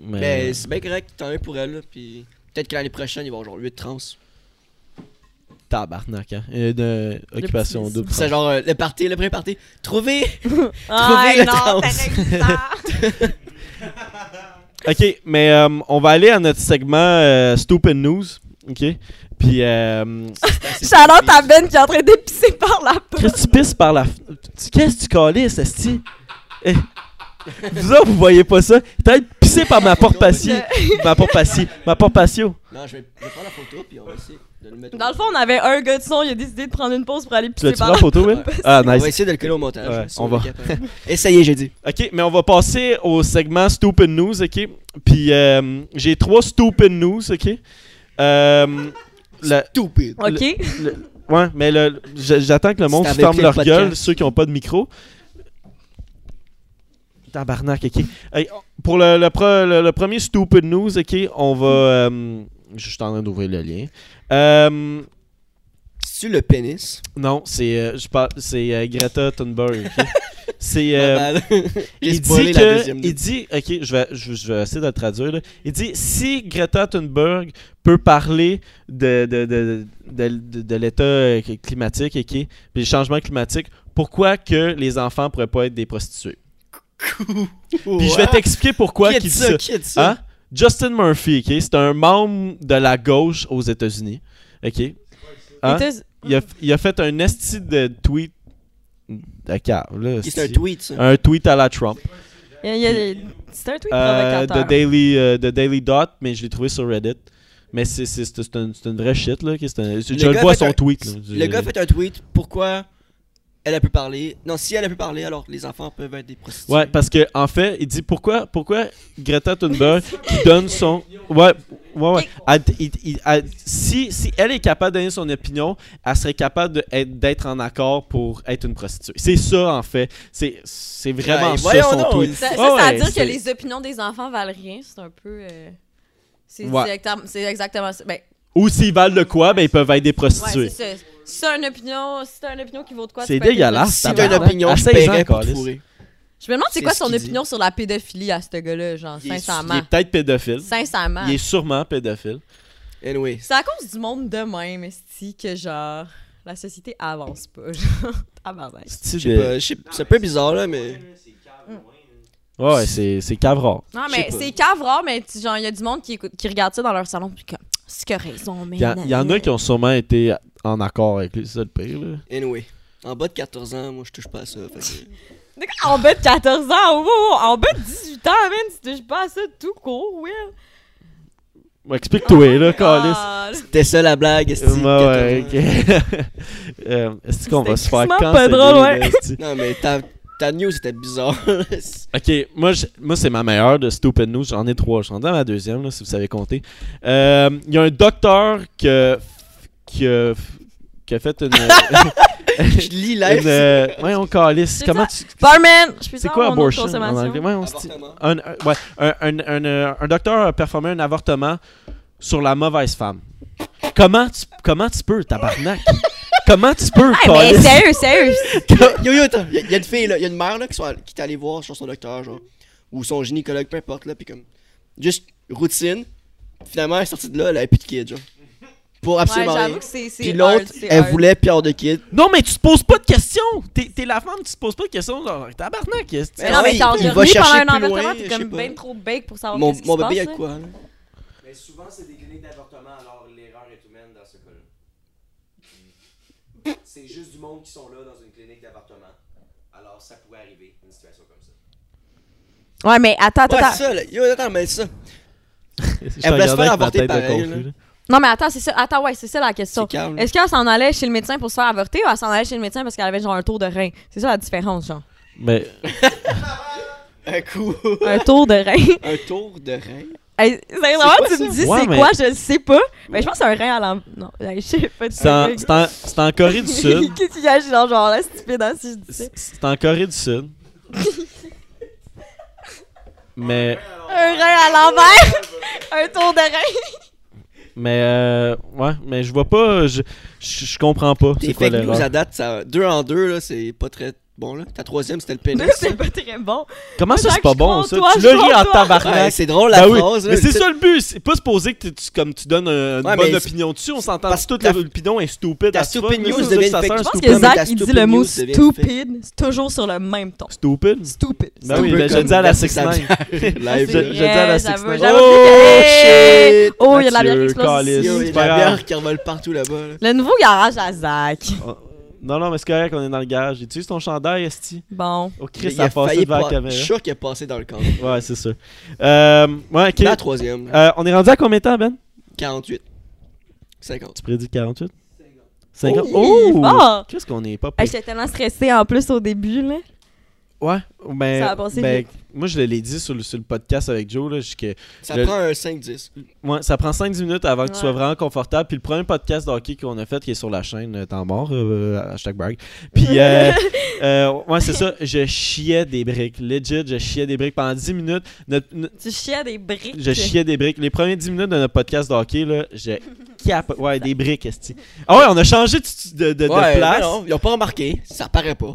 Mais-
Mais c'est bien correct, tant mieux pour elle, là. Puis peut-être que l'année prochaine, ils vont avoir genre 8 trans.
Tabarnak, hein. Une euh, occupation
petits
double.
C'est genre euh, le party, le premier party. Trouver
Ah
Trouver le
non,
danse.
t'as
Ok, mais euh, on va aller à notre segment euh, Stupid News. Ok? Puis, euh,
Shout-out à Ben qui est en train d'épicer par la peau.
Qu'est-ce que tu pisses par la. f- Tu- Qu'est-ce que tu calisses, Esti? Eh, Vous autres, vous voyez pas ça? T'as pissé par ma porte patio. ma porte patio. Ma porte patio.
Non, je vais, je vais prendre la photo puis on va essayer de le mettre.
Dans le fond, on avait un gars de son, il a décidé de prendre une pause pour aller
Tu l'as-tu
pisser
pris
par
en
la
photo, Will? Ah,
on va
nice.
essayer de le coller au montage.
Ouais,
si
on
est
va.
capable. Essayez, j'ai dit.
Ok, mais on va passer au segment Stupid News, ok? Puis, euh, j'ai trois Stupid News, ok? Euh, la-
Stupid.
OK.
ouais, mais le- j- j'attends que le monde
C'est avec
ferme
le
leur
podcast.
gueule, ceux qui n'ont pas de micro. Tabarnak, ok. Hey, pour le, le pre- le- le premier stupid news, ok, on va. euh, je suis en train d'ouvrir le lien. Euh,
C'est-tu le pénis?
non, c'est euh, je parle- c'est euh, Greta Thunberg. ok? c'est. euh,
Ma balle. J'ai
il
spoilé
dit
la
que,
deuxième.
il dit, ok, je vais, je, je vais essayer de le traduire. là. Il dit si Greta Thunberg peut parler de, de, de, de, de- de l'état euh, climatique et qui, puis le changement climatique, pourquoi que les enfants pourraient pas être des prostituées Puis je vais t'expliquer pourquoi
Qui a
qu'il
dit
dit ça.
ça? Qui a dit ça?
Hein? Justin Murphy, ok, c'est un membre de la gauche aux États-Unis, ok. Hein?
Et t'as-
Il a, il a fait un esti de tweet de cave, là,
C'est un
esti.
tweet, ça.
un tweet à la Trump.
il y a des- C'est un tweet
Euh,
provocateur.
The Daily, euh, The Daily Dot, mais je l'ai trouvé sur Reddit. Mais c'est c'est- c'est- c'est un- c'est une vraie shit, là. qui est un- je
gars
le vois
fait
son
un-
tweet. là.
Le gars a fait un tweet. Pourquoi elle a pu parler? Non, si elle a pu parler, alors les enfants peuvent être des prostituées.
Ouais, parce que en fait, il dit pourquoi, pourquoi Greta Thunberg qui donne son. Ouais, ouais, ouais. Elle- il- il- elle- si, si elle est capable de donner son opinion, elle serait capable de être- d'être en accord pour être une prostituée. C'est ça, en fait. C'est c'est vraiment
Ouais,
ça
voyons
son
donc,
tweet.
il-
Ça, ça,
Ouais,
ça
ouais,
veut dire
c'est-
que les opinions des enfants valent rien. C'est un peu. euh, C'est
Ouais.
directam- c'est exactement ça. Ben,
Ou s'ils valent de quoi, ben ils peuvent être des
ouais,
prostituées.
c'est ça. Si t'as une opinion, si t'as une opinion qui vaut de quoi,
C'est
tu peux être
dégueulasse,
Si
une
t'as une
tabarnak.
prostituée.
opinion, je
À 16 ans,
paierais pour te
câlisse.
fourrer.
Je me demande c'est
C'est
quoi
ce
son
qu'il dit.
opinion sur la pédophilie à ce gars-là, genre,
Il est-
Il
sincèrement.
est peut-être pédophile.
Sincèrement.
Il est sûrement pédophile.
Anyway.
C'est à cause du monde de même, esti, que genre, la société avance pas, genre, tabarnak.
Style
Je sais
de-
pas, je sais- C'est un peu bizarre, là, mais.
Ouais, c'est, c'est cavrard.
Non,
Je sais
mais
pas.
c'est cave rare, mais tu- genre, il y a du monde qui, écoute, qui regarde ça dans leur salon, puis comme, c'est que raison, mais.
Il y, a- il y en a qui ont sûrement été en accord avec lui, c'est ça le pire. Là.
Anyway. En bas de 14 ans, moi, je touche pas à ça. fait que-
De quoi? En bas de 14 ans, wow, wow, en bas de 18 ans, man, tu touches pas à ça tout court, Will.
Ouais, Explique-toi, là, Calis.
Ah, là,
C'était ça la blague, esti, 14 ans.
ouais, ok. Euh, est-ce qu'on va se faire
extrêmement
canceller?
pas drôle, ouais.
là, est-ce que-
Non, mais ta, ta news était bizarre.
Ok, moi, je- moi c'est ma meilleure de Stupid News. J'en ai trois. Je suis rendu à ma deuxième, là, si vous savez compter. Euh, Il y a un docteur que, qui, a, qui a fait une.
je lis live.
une euh, voyons, Calis.
C'est
Comment tu.
Barman, je peux
C'est
savoir
quoi
mon nom de
abortion en
consommation?
anglais? Voyons, c'est-
Avortement.
un, un- ouais, un, un- un, euh, un docteur a performé un avortement sur la mauvaise femme. Comment tu, comment tu peux, tabarnak? comment tu peux,
Hey, Ah,
câlisse?
mais sérieux, sérieux.
Yo, yo, attends. Y'a y a une fille, là. Y'a une mère, là, qui, soit, qui est allée voir, genre, son docteur, genre. Ou son gynécologue, peu importe, là. Puis comme. Juste routine. Finalement, elle est sortie de là, elle avait plus de kid, genre. Pour
Ouais,
absolument rien.
j'avoue que c'est. c'est
Puis
hard,
l'autre,
c'est
elle
hard.
voulait pire de kid.
Non, mais tu te poses pas de questions! T'es t'es la femme, tu te poses pas de questions. genre, tabarnak, qu'est-ce que
Mais
tu-
Ben ouais,
non, mais t'es
il va
endormi pendant
chercher
un
plus loin,
enregistrement,
je
t'es
sais
comme
pas.
ben trop bête pour savoir
Mon,
qu'est-ce qui
mon
se
bébé, il y a
passe,
de quoi, là?
Mais souvent, c'est des cliniques d'avortement, alors l'erreur est humaine dans ce cas-là. C'est juste du monde qui sont là dans une clinique d'avortement. Alors, ça pourrait arriver, une situation comme ça.
là. Ouais, mais attends, attends.
Ouais,
attends.
c'est ça, là. Yo, attends, mais c'est ça.
Je te
voulait se
regardais
faire
avec ma
avorter
tête de
pareil,
confus,
là.
là.
Non, mais attends, c'est ça. Attends, ouais, c'est ça la question.
C'est calme.
Est-ce qu'elle s'en allait chez le médecin pour se faire avorter ou elle s'en allait chez le médecin parce qu'elle avait genre un tour de rein? C'est ça la différence, genre.
Mais
Un coup.
Un tour de rein.
un tour de rein.
Hey, C'est vraiment,
quoi
tu
ça?
me dis
Ouais,
c'est
mais-
quoi, je le sais pas. Mais je pense que c'est un rein à l'en... Non, hey, je sais pas.
c'est en, c'est en- c'est en Corée du Sud.
Qu'est-ce qu'il y a, genre, genre là, stupide, hein, si je dis ça.
C'est c'est en Corée du Sud. Mais.
Un rein à l'envers! un tour de rein!
Mais. euh, ouais, mais je vois pas. Je, je, je comprends pas.
Tes
C'est quoi
fake news
l'erreur?
à date, ça, deux en deux, là, c'est pas très bon, là. Ta troisième, c'était le
Là,
pénis.
c'est pas très bon.
Comment ça,
Fait
c'est
que
pas
je
bon,
crois en
ça?
toi,
tu
je
l'as
crois
ri
en
en
Ouais,
toi.
tabarnak.
c'est drôle la
Ben oui,
phrase. là,
mais c'est
tu sais.
ça le but. C'est pas supposer que tu- tu, comme, tu donnes un- une
Ouais,
bonne
mais
opinion dessus. On s'entend
Parce
que toute
que ta-
l'opinion est stupide.
ta
à ce fuck,
stupid
mais
news
c'est ça que
devient
ça
une
sert,
fake-
un
Je
Je pense
Stupid
stupid.
news,
que Zach,
la
il dit
stupid
le
news
mot
devient
stupide, c'est toujours sur le même ton.
Stupid?
Stupide.
Ben
un
oui,
peu
ben, je
comme
dis à la
Versailles.
6
Ah,
Live.
Je- je dis à la 69.
Oh,
shit!
Oh, il y a de la bière qui
Mathieu,
explose
Calis.
Il y a
ici.
de
c'est
la
pas grave.
bière qui revole partout là-bas. là.
Le nouveau garage à Zach.
Ah, Non, non, mais c'est correct, on est dans le garage. Utilise ton chandail, Esti.
Bon.
Oh, Chris,
Il
ça a
a
passé
failli
devant la
pas. Je
caméra.
suis sûr qu'il a passé dans le camp.
Ouais, c'est sûr. Euh, ouais, ok.
La troisième.
Euh, on est rendu à combien de temps, Ben?
48. 50.
Tu prédis 48? 50.
Oh,
Oh!
fort!
Qu'est-ce qu'on est pas pire.
Hey, J'étais tellement stressée en plus au début, là.
Ouais, mais.
Ça a passé
ben, moi, je l'ai dit sur le, sur le podcast avec Joe, là, je- que
Ça
Le-
prend un 5-10.
Ouais, ça prend 5-10 minutes avant que tu sois
Ouais.
vraiment confortable. Puis le premier podcast de hockey qu'on a fait, qui est sur la chaîne euh, Temps mort, euh, hashtag brag. Puis, euh, euh, ouais, c'est ça, je chiais des briques. Legit, je chiais des briques pendant 10 minutes. Notre- no-
Tu chiais des briques.
je chiais des briques. Les premiers 10 minutes de notre podcast de hockey, là, je cap. Ouais, des briques, esti. Ah ouais, on a changé de, de- de- de
Ouais, mais
ben
place.
non, ils ont pas remarqué. Ça paraît pas.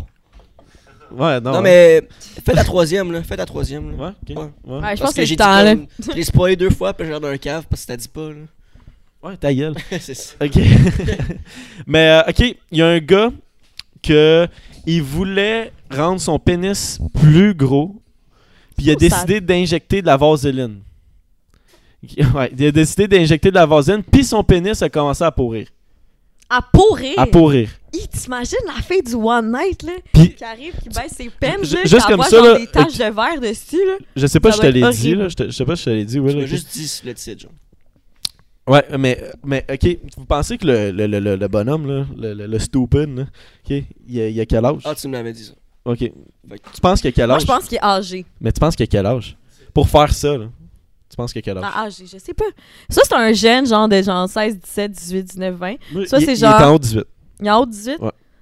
Ouais, non.
Non, mais fais ta troisième, là. Fais ta troisième. là.
Ouais, ok. Ouais, ouais.
Ouais, je
Parce
pense que,
j'ai
j'ai
dit
temps, là.
comme- Je l'ai spoilé deux fois, puis j'ai l'air d'un cave, parce que t'as dit pas, là.
ta gueule.
c'est ça.
OK. Mais, euh, OK, il y a un gars que il voulait rendre son pénis plus gros, puis il a
Oh, ça-
décidé d'injecter de la vaseline. Ouais, il a décidé d'injecter de la vaseline, puis son pénis a commencé à pourrir.
À pourrir.
À pourrir.
Hi, T'imagines la fille du One Night, là?
Puis-
Qui arrive, qui baisse ses peines,
Ju-
là.
juste
qui
comme
envoie
ça,
genre
là,
des taches de verre dessus, là.
Je sais pas
Ça
si je te
doit être
l'ai dit,
horrible.
là. Je, te- je sais pas si je te l'ai dit, oui.
Je
là,
m'as
que-
juste dit le titre, genre.
Ouais, mais, mais OK, vous pensez que le, le, le- le- le bonhomme, là, le, le, le stupid, là, OK, il a, il a quel âge?
Ah, tu me l'avais dit, ça.
OK.
Fait
Tu penses qu'il a quel
Moi,
âge?
je pense qu'il est âgé.
Mais tu penses qu'il a quel âge? Pour faire ça, là, tu penses qu'il a quel âge?
Ah, âgé, je sais pas. Ça, c'est un jeune, genre de genre 16, 17, 18, 19, 20.
Moi,
Ça,
il-
c'est
il
genre-
est en haut 18.
Il y a haut de 18.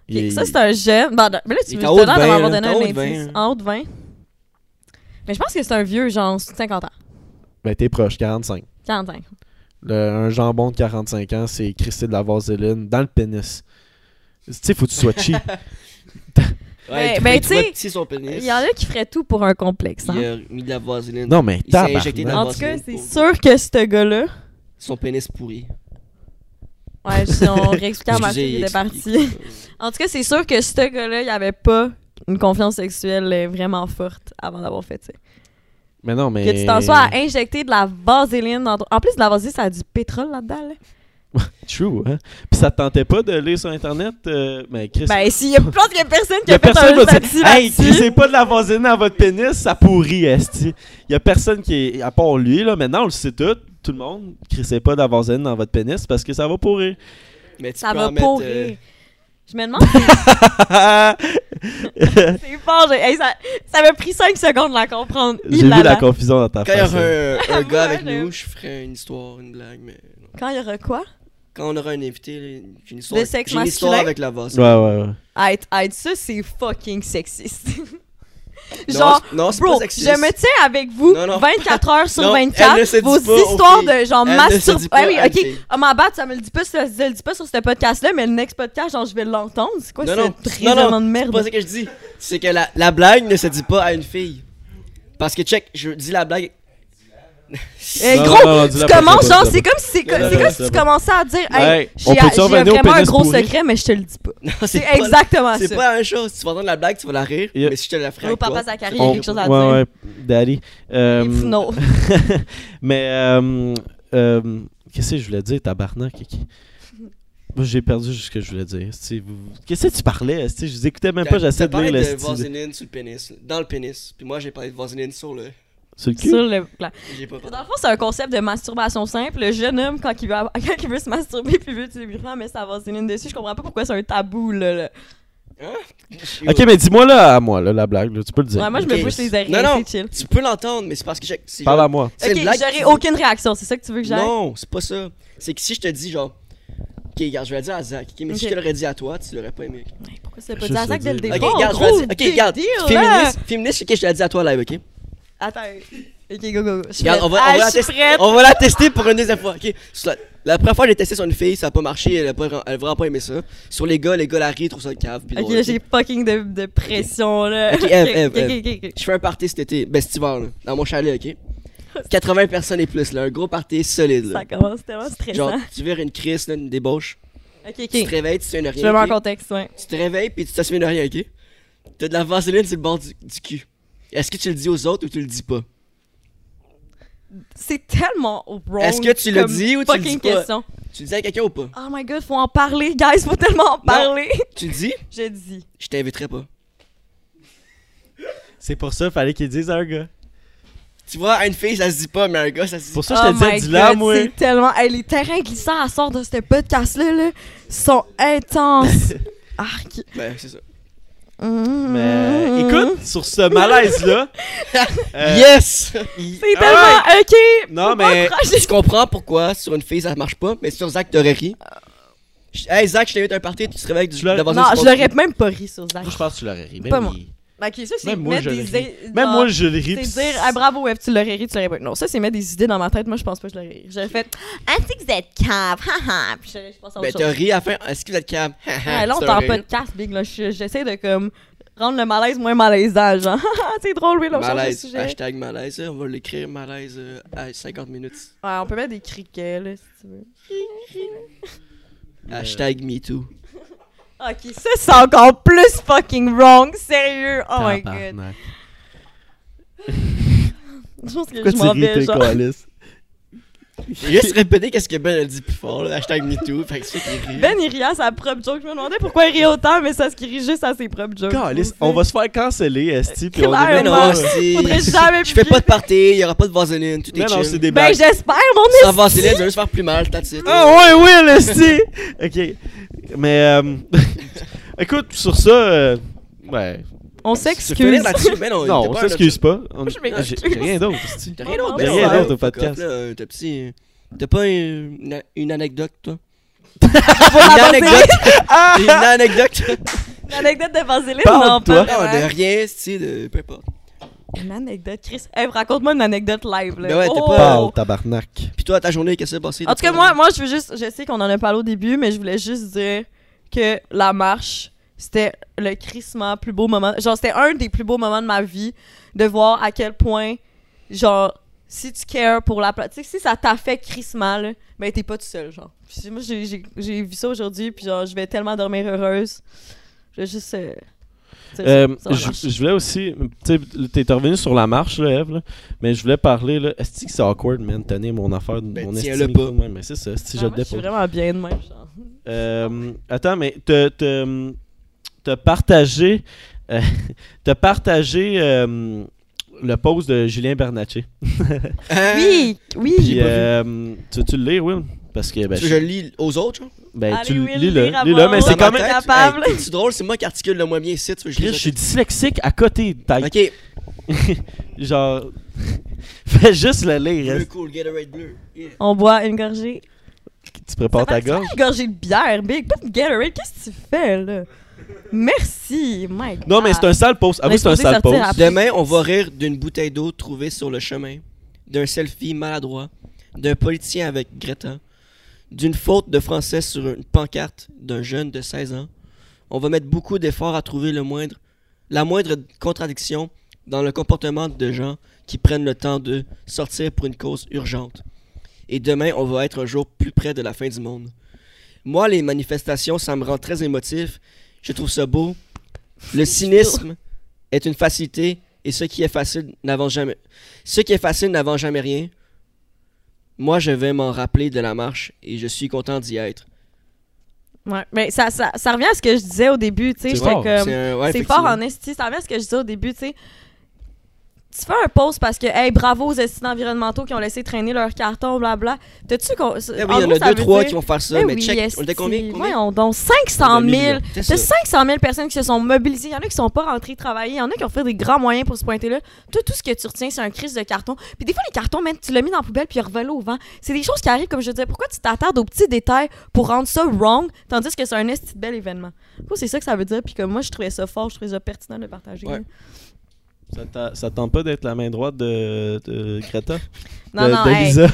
Il
Ok,
est-
Ça, c'est un jeune. Ben, mais là, tu
Il
me
est en haut de
donnes d'en
20,
avoir
là. Il
donné
est en haut
un
de 20,
indice.
hein.
En haut de 20. Mais je pense que c'est un vieux, genre 50 ans.
Ben, t'es proche, 45.
40 ans.
Le- un jambon de 45 ans, c'est Christy de la Vaseline dans le pénis. Tu sais, faut que tu sois cheap.
Ouais,
il
ben,
doit
tu sais,
petit son pénis.
Il y en a qui feraient tout pour un complexe. hein.
Il a mis de la vaseline.
non, mais
Il s'est injecté
tabarnak.
dans-
En tout cas, c'est
Pour-
sûr que ce gars-là.
Son pénis pourri.
Ouais, si on réexpliquait à ma
Excusez, Euh,
fille, il était
expliquez.
parti. En tout cas, c'est sûr que ce gars-là, il avait pas une confiance sexuelle euh, vraiment forte avant d'avoir fait ça.
Mais non, mais...
Que tu t'en sois à injecter de la vaseline dans ton- En plus, de la vaseline, ça a du pétrole là-dedans. là.
True, hein? Puis ça te tentait pas de lire sur Internet? euh, mais Chris...
Ben, s'il y a, je pense qu'il y a personne qui
y
a,
a
fait
personne
un
qui va
statut
dire Hey,
là-dessus.
crissez pas de la vaseline dans votre pénis, ça pourrit, Esti. Y a personne qui est. À part lui, là, maintenant, on le sait tout, tout le monde, crissez pas de la vaseline dans votre pénis parce que ça va pourrir.
Mais tu
Ça
peux
va
en mettre,
pourrir.
euh,
Je me demande si c'est fort. j'ai- hey, ça, ça m'a pris 5 secondes de la comprendre.
J'ai
Il
vu
l'a
la
là.
confusion dans ta
Quand il y
face.
aura
hein.
un, un
Ah,
gars avec
ouais,
nous, je ferai une histoire, une blague, mais non.
Quand il y aura quoi?
Quand on aura un invité, là, j'ai une histoire,
De sexe
j'ai une histoire
masculin?
avec la vase.
Ouais, ouais, ouais.
Aïe, aïe, ah, ça, c'est fucking sexiste.
Non,
Genre,
c'est- non, c'est pas
Bro,
sexiste.
je me tiens avec vous
Non, non.
24 heures sur
Non, elle ne se dit
24. Vos
pas aux
histoires
filles.
de genre
Elle ne
masturbation.
se dit pas
Ah oui,
à une
ok.
fille.
Oh, ma bad, ça me le dit pas, ça, ça le dit pas sur ce podcast-là, mais le next podcast, genre, je vais l'entendre. C'est quoi
Non,
ce
non, non,
raisonnement
non,
de
c'est pas
merde?
ça que je dis. C'est que la, la blague ne se dit pas à une fille. Parce que, check, je dis la blague.
Eh,
Non,
gros,
non, non, dis-la
tu
pas, dis-la pas, dis-la
commences, genre, c'est
pas.
comme si, c'est co-
Dis-la pas,
c'est comme si
dis-la
tu
pas.
commençais à dire, hey,
Hey,
j'ai
on
j'ai
peut-tu revenir au
vraiment un
pénis
gros
pourri?
secret, mais je te le dis pas.
Non,
C'est
pas-
exactement
C'est
ça.
pas la même chose. Tu vas entendre la blague, tu vas la rire.
Yeah.
Mais si je te la ferai.
Au
avec toi,
papa
c'est
Zachary, il y a
pas-
quelque chose à
Ouais,
dire.
ouais, Daddy. Euh,
Non.
mais, euh, euh, qu'est-ce que je voulais dire, tabarnak? Moi, j'ai perdu ce que je voulais dire. esti. Vous- Qu'est-ce que tu parlais? esti? Je vous écoutais même
T'as-
pas, j'essaie de
t'as
lire
parlé
le
de
style.
vaseline sur le pénis, dans le pénis. Puis moi, j'ai parlé de vaseline sur le.
Sur le cul?
Sur le plan.
J'ai pas
Dans
parlé.
le fond, c'est un concept de masturbation simple. Le jeune homme, quand il veut, avoir- quand il veut se masturber puis veut utiliser le met sa vaseline dessus. Je comprends pas pourquoi c'est un tabou, là. là.
Ok, mais dis-moi là à moi, là, la blague. là, tu peux le dire.
Ouais, moi, je me
Ok.
bouche les oreilles,
Non, non.
c'est chill.
Tu peux l'entendre, mais c'est parce que j'ai- c'est
Parle
genre-
à moi.
c'est
Ok,
une blague qui
j'aurai
dit-
aucune réaction, c'est ça que tu veux que j'aille?
Non, c'est pas ça. C'est que si je te dis, genre. Ok, regarde, je vais le dire à Zach. ok, mais si
Ok.
je te l'aurais dit à toi, tu l'aurais pas aimé. ok?
Mais Pourquoi c'est pas
Juste
dit à Zach
le
dès le
dire.
départ?
Ok, regarde, je vais
gros
le dire- ok,
big
regarde.
deal, là.
Féministe, féministe, ok, je te l'ai dit à toi live, ok?
Attends, Ok, go, go, go. Je suis
Regarde,
prête.
on va, Oh,
Ah,
on, va la
je suis
tester-
prête.
on va la tester pour une deuxième fois. ok? Sur la, la première fois, j'ai testé sur une fille, ça a pas marché, elle a, pas, elle a vraiment pas aimé ça. Sur les gars, les gars la rient, ils trouvent ça de cave. puis
Ok,
drôle, ok?
j'ai fucking de, de pression, là.
Ok, Eve, Eve,
Ok, ok, ok, ok.
Je fais un party cet été, ben cet hiver, là, dans mon chalet, ok? 80 personnes et plus, là, un gros party solide. Là.
Ça commence tellement stressant.
Genre, tu verras une crise, là, une débauche.
hein? Ok,
Tu te
ok.
réveilles, tu sais
Je vais mettre
rien.
en
ok?
contexte, ouais.
Tu te réveilles, puis tu te souviens de rien, ok? T'as de la vaseline sur le bord du, du cul. Est-ce que tu le dis aux autres ou tu le dis pas?
C'est tellement wrong.
Est-ce que tu le
comme
dis ou tu le
fucking
dis pas?
question.
Tu le dis à quelqu'un ou pas?
Oh my god, faut en parler, guys, faut tellement en parler.
Tu le dis?
Je dis.
Je t'inviterai pas.
C'est pour ça, fallait qu'il dise à un gars.
Tu vois, à une fille, ça se dit pas, mais à un gars, ça se dit.
C'est pour ça, que je te
Oh my
disais, dis-la,
God,
moi.
C'est tellement. Hey, les terrains glissants à sort de ce podcast-là là, sont intenses. Arc.
Ben, c'est ça.
Mais
Mm.
écoute, sur ce malaise-là. euh,
Yes!
il-
C'est
Ah!
tellement. Ok.
Non,
faut
mais-
pas encourager-
je comprends pourquoi sur une fille, ça marche pas, mais sur Zach, t'aurais ri. Je- Hey, Zach, je t'invite à un party, tu te réveilles avec
Je
du
l'aurais-
de la vaseline
Euh. Non,
sur
je
le
l'aurais même pas ri sur Zach.
Moi, je pense que tu l'aurais ri. Même,
Pas moi.
il-
Ok, ça, c'est
Ah. Même moi,
mettre
je
des.
le ris.
idées
Même
dans-
moi, je le ris.
C'est
pis
dire, ah bravo, Web, tu l'aurais ri, tu l'aurais pas. Non, ça, c'est mettre des idées dans ma tête. Moi, je pense pas que je l'aurais ri. J'aurais fait, ah, c'est que vous êtes cap, haha. Puis je, je pense à
Ben,
autre
t'as
chose.
ri à la fin. Est-ce que vous êtes calme?
Ouais, là, on t'en pas de casse, Big. Là, Je- j'essaie de comme rendre le malaise moins malaisant. Genre, Haha, c'est drôle, oui, là, on change de
Malaise.
sujet.
Hashtag malaise. hein. On va l'écrire malaise euh, à 50 minutes.
Ouais, on peut mettre des criquets, là, si tu veux.
Hashtag MeToo.
Ok, ça, c'est encore plus fucking wrong. Sérieux. Oh my god.
Tabarnak.
Je pense que
Pourquoi
je
tu
m'en
ris,
vais,
t'es
genre.
calice?
Juste répéter qu'est-ce que Ben a dit plus fort. là. Hashtag MeToo. Fait que c'est ça qui rit.
Ben, il rit à sa propre joke. Je me demandais pourquoi il rit autant, mais ça, ce qu'il rit juste à ses propres jokes.
Calice, on va se faire canceller, Esti. Puis on
Clairement.
est
Ben
même
non,
pas-
c'est-
Faudrait jamais
Je fais
publier.
pas de party, y'aura pas de vaseline, tout est
Non, non, c'est
chill.
des
Ben,
blagues.
j'espère, mon
Sans
esti.
vaseline, ça va juste faire plus mal, t'as it.
Ah ouais, Will, esti! ok. Mais, euh, écoute, sur ça, euh, ouais.
On
Tu peux
s'excuse.
lire là-dessus, Ben, on
non,
t'as
on
pas
s'excuse pas. On-
je m'excuse.
J'ai j'ai rien d'autre, esti.
T'as
rien d'autre,
J'ai
Ben,
rien
ouais.
d'autre au podcast.
Là, euh, t'as petit, euh, T'as pas euh, une, une anecdote, toi?
Pour
Une
avancer.
anecdote!
Ah!
une anecdote!
L'anecdote de Vaseline,
Parle,
non,
toi.
pas
Non,
vraiment.
de rien, c'est de. peu importe.
Une anecdote, Chris. Hey, raconte-moi une anecdote live, là.
Ben ouais, t'es
Oh!
pas-
tabarnak.
Pis toi, ta journée, qu'est-ce qui s'est passé?
En tout cas, moi, moi, je veux juste... Je sais qu'on en a parlé au début, mais je voulais juste dire que la marche, c'était le crissement plus beau moment... Genre, c'était un des plus beaux moments de ma vie, de voir à quel point, genre, si tu cares pour la... pla- Tu sais, si ça t'affecte crissement, là, ben t'es pas tout seul, genre. Puis moi, j'ai- j'ai j'ai vu ça aujourd'hui, puis genre, je vais tellement dormir heureuse. Je vais juste... euh, dire ça,
Euh,
sur la marche.
je je voulais aussi, tu sais, t'es revenu sur la marche, là, Eve, là, mais je voulais parler, là, est-ce que c'est awkward, man, tenez mon affaire,
Ben,
mon
tiens-le
estime,
pas.
ouais, mais c'est ça, si
Ah,
je le
moi, Je suis
dépose.
vraiment bien de même, genre.
Euh, attends, mais te, te, te partager, euh, te partager euh, le post de Julien Bernatchez.
Hein?
Oui, oui.
Puis,
pas vu.
euh, tu veux-tu le lire, Will? Parce que, ben,
Tu veux que je
je-
le lis aux autres, genre?
ben,
Allez,
tu
Will,
lis-le,
lire à
lis-le,
voix
mais
haute.
c'est
Dans
quand
ma
même,
tête,
capable.
hey, C'est drôle, c'est moi qui articule le moins bien ici, tu veux que je
Chris,
lise
je
ça?
suis dyslexique à côté, taille.
Ok,
Genre, fais juste le lire,
bleu
hein.
cool, Gatorade bleu. Yeah.
On boit une gorgée.
tu prépares ta gorge.
Une gorgée de bière, Big. Pas de Gatorade. Qu'est-ce que tu fais, là? Merci, Mike.
Non, mais c'est un sale post. Avoue,
Mais
c'est un
supposé
sale
Ah. sortir
post.
après.
Demain, on va rire d'une bouteille d'eau trouvée sur le chemin, d'un selfie maladroit, d'un politicien avec Greta, d'une faute de français sur une pancarte d'un jeune de 16 ans. On va mettre beaucoup d'efforts à trouver le moindre, la moindre contradiction dans le comportement de gens qui prennent le temps de sortir pour une cause urgente. Et demain, on va être un jour plus près de la fin du monde. Moi, les manifestations, ça me rend très émotif. Je trouve ça beau. Le cynisme est une facilité et ce qui est facile n'avance jamais. Ce qui est facile n'avance jamais rien. Moi, je vais m'en rappeler de la marche et je suis content d'y être.
Ouais, mais ça, ça, ça revient à ce que je disais au début, tu sais.
C'est
j'étais
fort.
comme-
C'est un- ouais,
Euh, c'est fort
effectivement.
hein. en esti. Ça revient à ce que je disais au début, tu sais. Tu fais un post parce que, hey, bravo aux estis environnementaux qui ont laissé traîner leur carton, blabla. T'as-tu. con-
Eh oui,
en
il y en
gros,
a
ça
deux,
veut
trois
dire-
qui vont faire ça,
Eh
mais
oui,
check.
esti.
On était combien, combien?
Voyons donc, 500 000.
C'est ça.
T'as 500 000 personnes qui se sont mobilisées. Il y en a qui sont pas rentrées travailler. Il y en a qui ont fait des grands moyens pour se pointer là. Toi, tout ce que tu retiens, c'est un crise de carton. Puis des fois, les cartons, man, tu l'as mis dans la poubelle puis ils revolent au vent. C'est des choses qui arrivent, comme je disais. Pourquoi tu t'attardes aux petits détails pour rendre ça wrong, tandis que c'est un esti de bel événement? Du coup, c'est ça que ça veut dire. Puis comme moi, je trouvais ça fort, je trouvais ça pertinent de le partager.
Ouais.
Ça t'a- Ça te tente pas d'être la main droite de, de Greta?
Non,
de,
non,
Euh,
de
hey.
Lisa?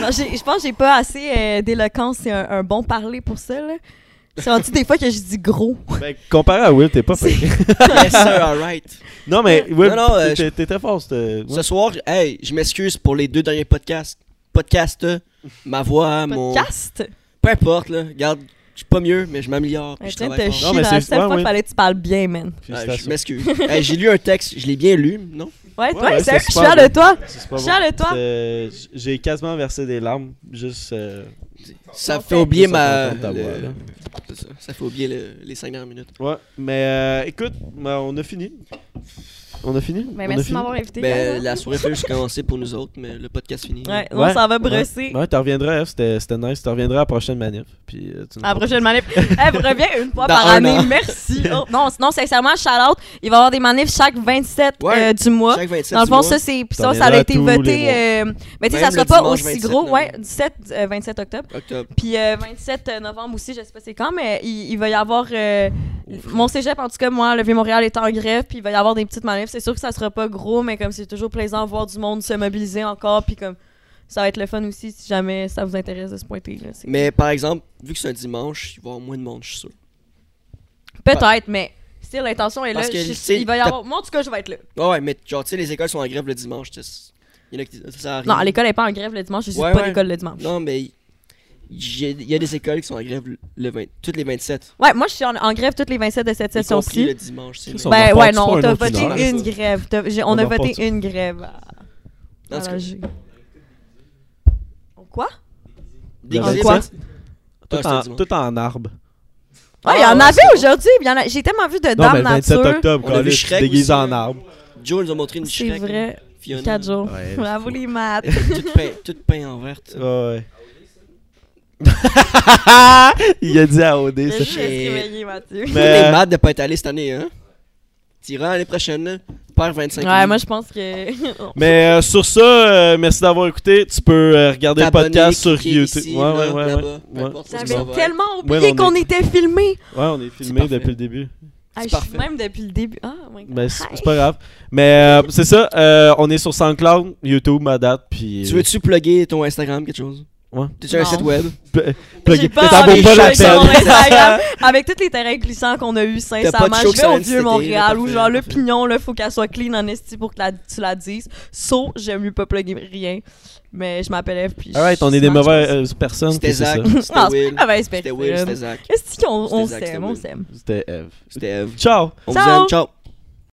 Non, j'ai- je pense que j'ai pas assez euh, d'éloquence et un, un bon parler pour ça, là. C'est rendu des fois que je dis gros.
Ben, comparé à Will, t'es pas
C'est-
pire.
yes, sir, alright.
Non, mais Will,
Non, non, euh,
t'étais- t'étais fort. c'était-
Ce soir, hey, je m'excuse pour les deux derniers podcasts. Podcast, euh, ma voix, mon.
Podcast?
Peu importe, là. Regarde, je suis pas mieux, mais je m'améliore. puis
Ouais,
Je
tiens,
travaille
t'as
fort.
chié
mais
dans
c'est-
la seule
ouais,
fois
ouais.
qu'il fallait que tu parles bien, man.
Ouais, ah, je
Félicitations.
m'excuse. Hey, j'ai lu un texte, je l'ai bien lu, non?
Ouais,
Ouais, ouais,
ouais,
sérieux,
c'est
je suis
super
fière de
bon.
toi.
C'est
Je
pas
suis
bon.
fière de toi.
C'était- j- J'ai quasiment versé des larmes. Juste. euh,
Ça fait oublier
juste
ma.
en entendant ta
le-
voix, là.
C'est ça. ça fait oublier le- les cinq dernières minutes.
Ouais, mais euh, écoute, ben, on a fini. On a fini? On a
Mais merci de
fini?
m'avoir invité.
Ben,
guys, hein.
la soirée fait juste commencer pour nous autres, mais le podcast finit.
Ouais,
Ouais,
on s'en va
ouais.
brosser.
Ouais, t'en reviendras, F, c'était c'était nice. T'en reviendras à la prochaine manif. Puis, euh, tu nous
À la prochaine manif. Eh, reviens une fois
Dans
par
un
année.
an.
Merci. Oh, non, sinon, sincèrement, shout out. Il va y avoir des manifs chaque 27
Ouais.
euh, du mois.
Chaque 27
Dans le
du
fond,
mois.
ça, c'est, puis
T'en
ça, ça a
viendras
été
tous les
voté.
mois.
euh, mais tu sais,
Même
ça sera
le
pas
dimanche
aussi
27
gros. Ouais,
novembre.
17, euh, 27 octobre.
Octobre.
Puis euh, 27 novembre aussi, je sais pas c'est quand, mais il, il va y avoir. euh, mon cégep, en tout cas, moi, le Vieux-Montréal est en grève, puis il va y avoir des petites manifs. C'est sûr que ça sera pas gros, mais comme c'est toujours plaisant de voir du monde se mobiliser encore, puis comme. Ça va être le fun aussi si jamais ça vous intéresse de se pointer. là. C'est-
Mais par exemple, vu que c'est un dimanche, il va y avoir moins de monde, je suis sûr.
Peut-être, mais si l'intention est là,
Parce que,
je-
tu sais,
il va y
t'as-
avoir. Moi, en tout cas, je vais être là.
Ah Ouais, ouais, mais genre, tu sais, les écoles sont en grève le dimanche, tu sais. Il y en a qui ça, ça arrive.
Non, l'école n'est pas en grève le dimanche, je suis
Ouais,
pas
ouais.
l'école le dimanche.
Non, mais il y a- il y a des écoles qui sont en grève le- le 20, toutes les 27.
Ouais, moi, je suis en, en grève toutes les 27 de cette
y compris le
session-ci.
dimanche, tu
Ils
sais.
sont-
mais-
On en
Ben ouais,
repartira
non,
un
on t'a
autre
voté
une heure,
une
ça.
grève. T'as- j'ai-
On
On
en
a
repartira.
voté une grève. à-
Dans ce
à
cas-
la G. Quoi?
Déguisé,
En quoi?
ça?
Tout,
Ah, c'est
en,
un dimanche.
tout en arbre.
Ouais, il y
Ah,
en
ouais,
avait
c'est
aujourd'hui. il y en a- J'ai tellement vu
Non,
de
mais
dames
le 27
nature.
octobre,
On a vu
Colis,
Shrek
déguisé
aussi.
en arbre.
Joe nous a montré une
C'est
Shrek.
vrai.
Fiona.
4 jours.
Ouais,
Bravo les maths.
toute, peint, toute peint en verte.
Ouais. Il a dit à OD,
Je
ça.
suis
c'est-
réveillé, Mathieu.
Mais-
Tout est mad de pas être allé cette année, hein? Tira l'année prochaine, là. Père 25
Ouais,
minutes.
moi, je pense que.
Mais euh, sur ça, euh, merci d'avoir écouté. Tu peux euh, regarder le
T'abonner,
podcast sur
cliquer
YouTube.
ici,
ouais,
là,
ouais, ouais, ouais.
là-bas, peu
Ouais.
importe,
Ouais,
c'est
J'avais
bon.
tellement
Ouais,
oublié
on
qu'on était filmé.
on est filmé
parfait.
depuis le début.
Ah,
C'est
je suis
parfait.
même depuis le début. Ah, my God.
Mais Ben, c'est
Hi.
c'est pas grave. Mais euh, c'est ça, euh, on est sur SoundCloud, YouTube à date. Puis, euh,
Tu veux-tu plugger ton Instagram, quelque chose?
Ouais.
T'as-tu un
Non.
site web?
J'ai
plugger.
pas
Ça
envie
vaut
de
pas la
plugger
peine.
mon Instagram. avec tous les terrains glissants qu'on a eu
pas de
sincèrement
show qui
je vais au
s'arrête cet
vieux
été,
Montréal
là,
où
parfait,
genre le
parfait.
pignon là faut qu'elle soit clean en esti pour que la- tu la dises so j'aime mieux pas plugger rien mais je m'appelle F puis je-
Alright, on est
je
des
mange,
mauvaises
je pense.
euh, personnes.
C'était
puis c'est
Zach,
ça.
c'était
Ah, c'est
Will,
pas la mauvaise
c'était
personne.
Will, c'était Zach,
Esti qu'on- on
C'était Zach,
s'aime on
c'était
s'aime
C'était Eve.
c'était Eve.
Ciao!
On
Ciao.
vous aime, ciao!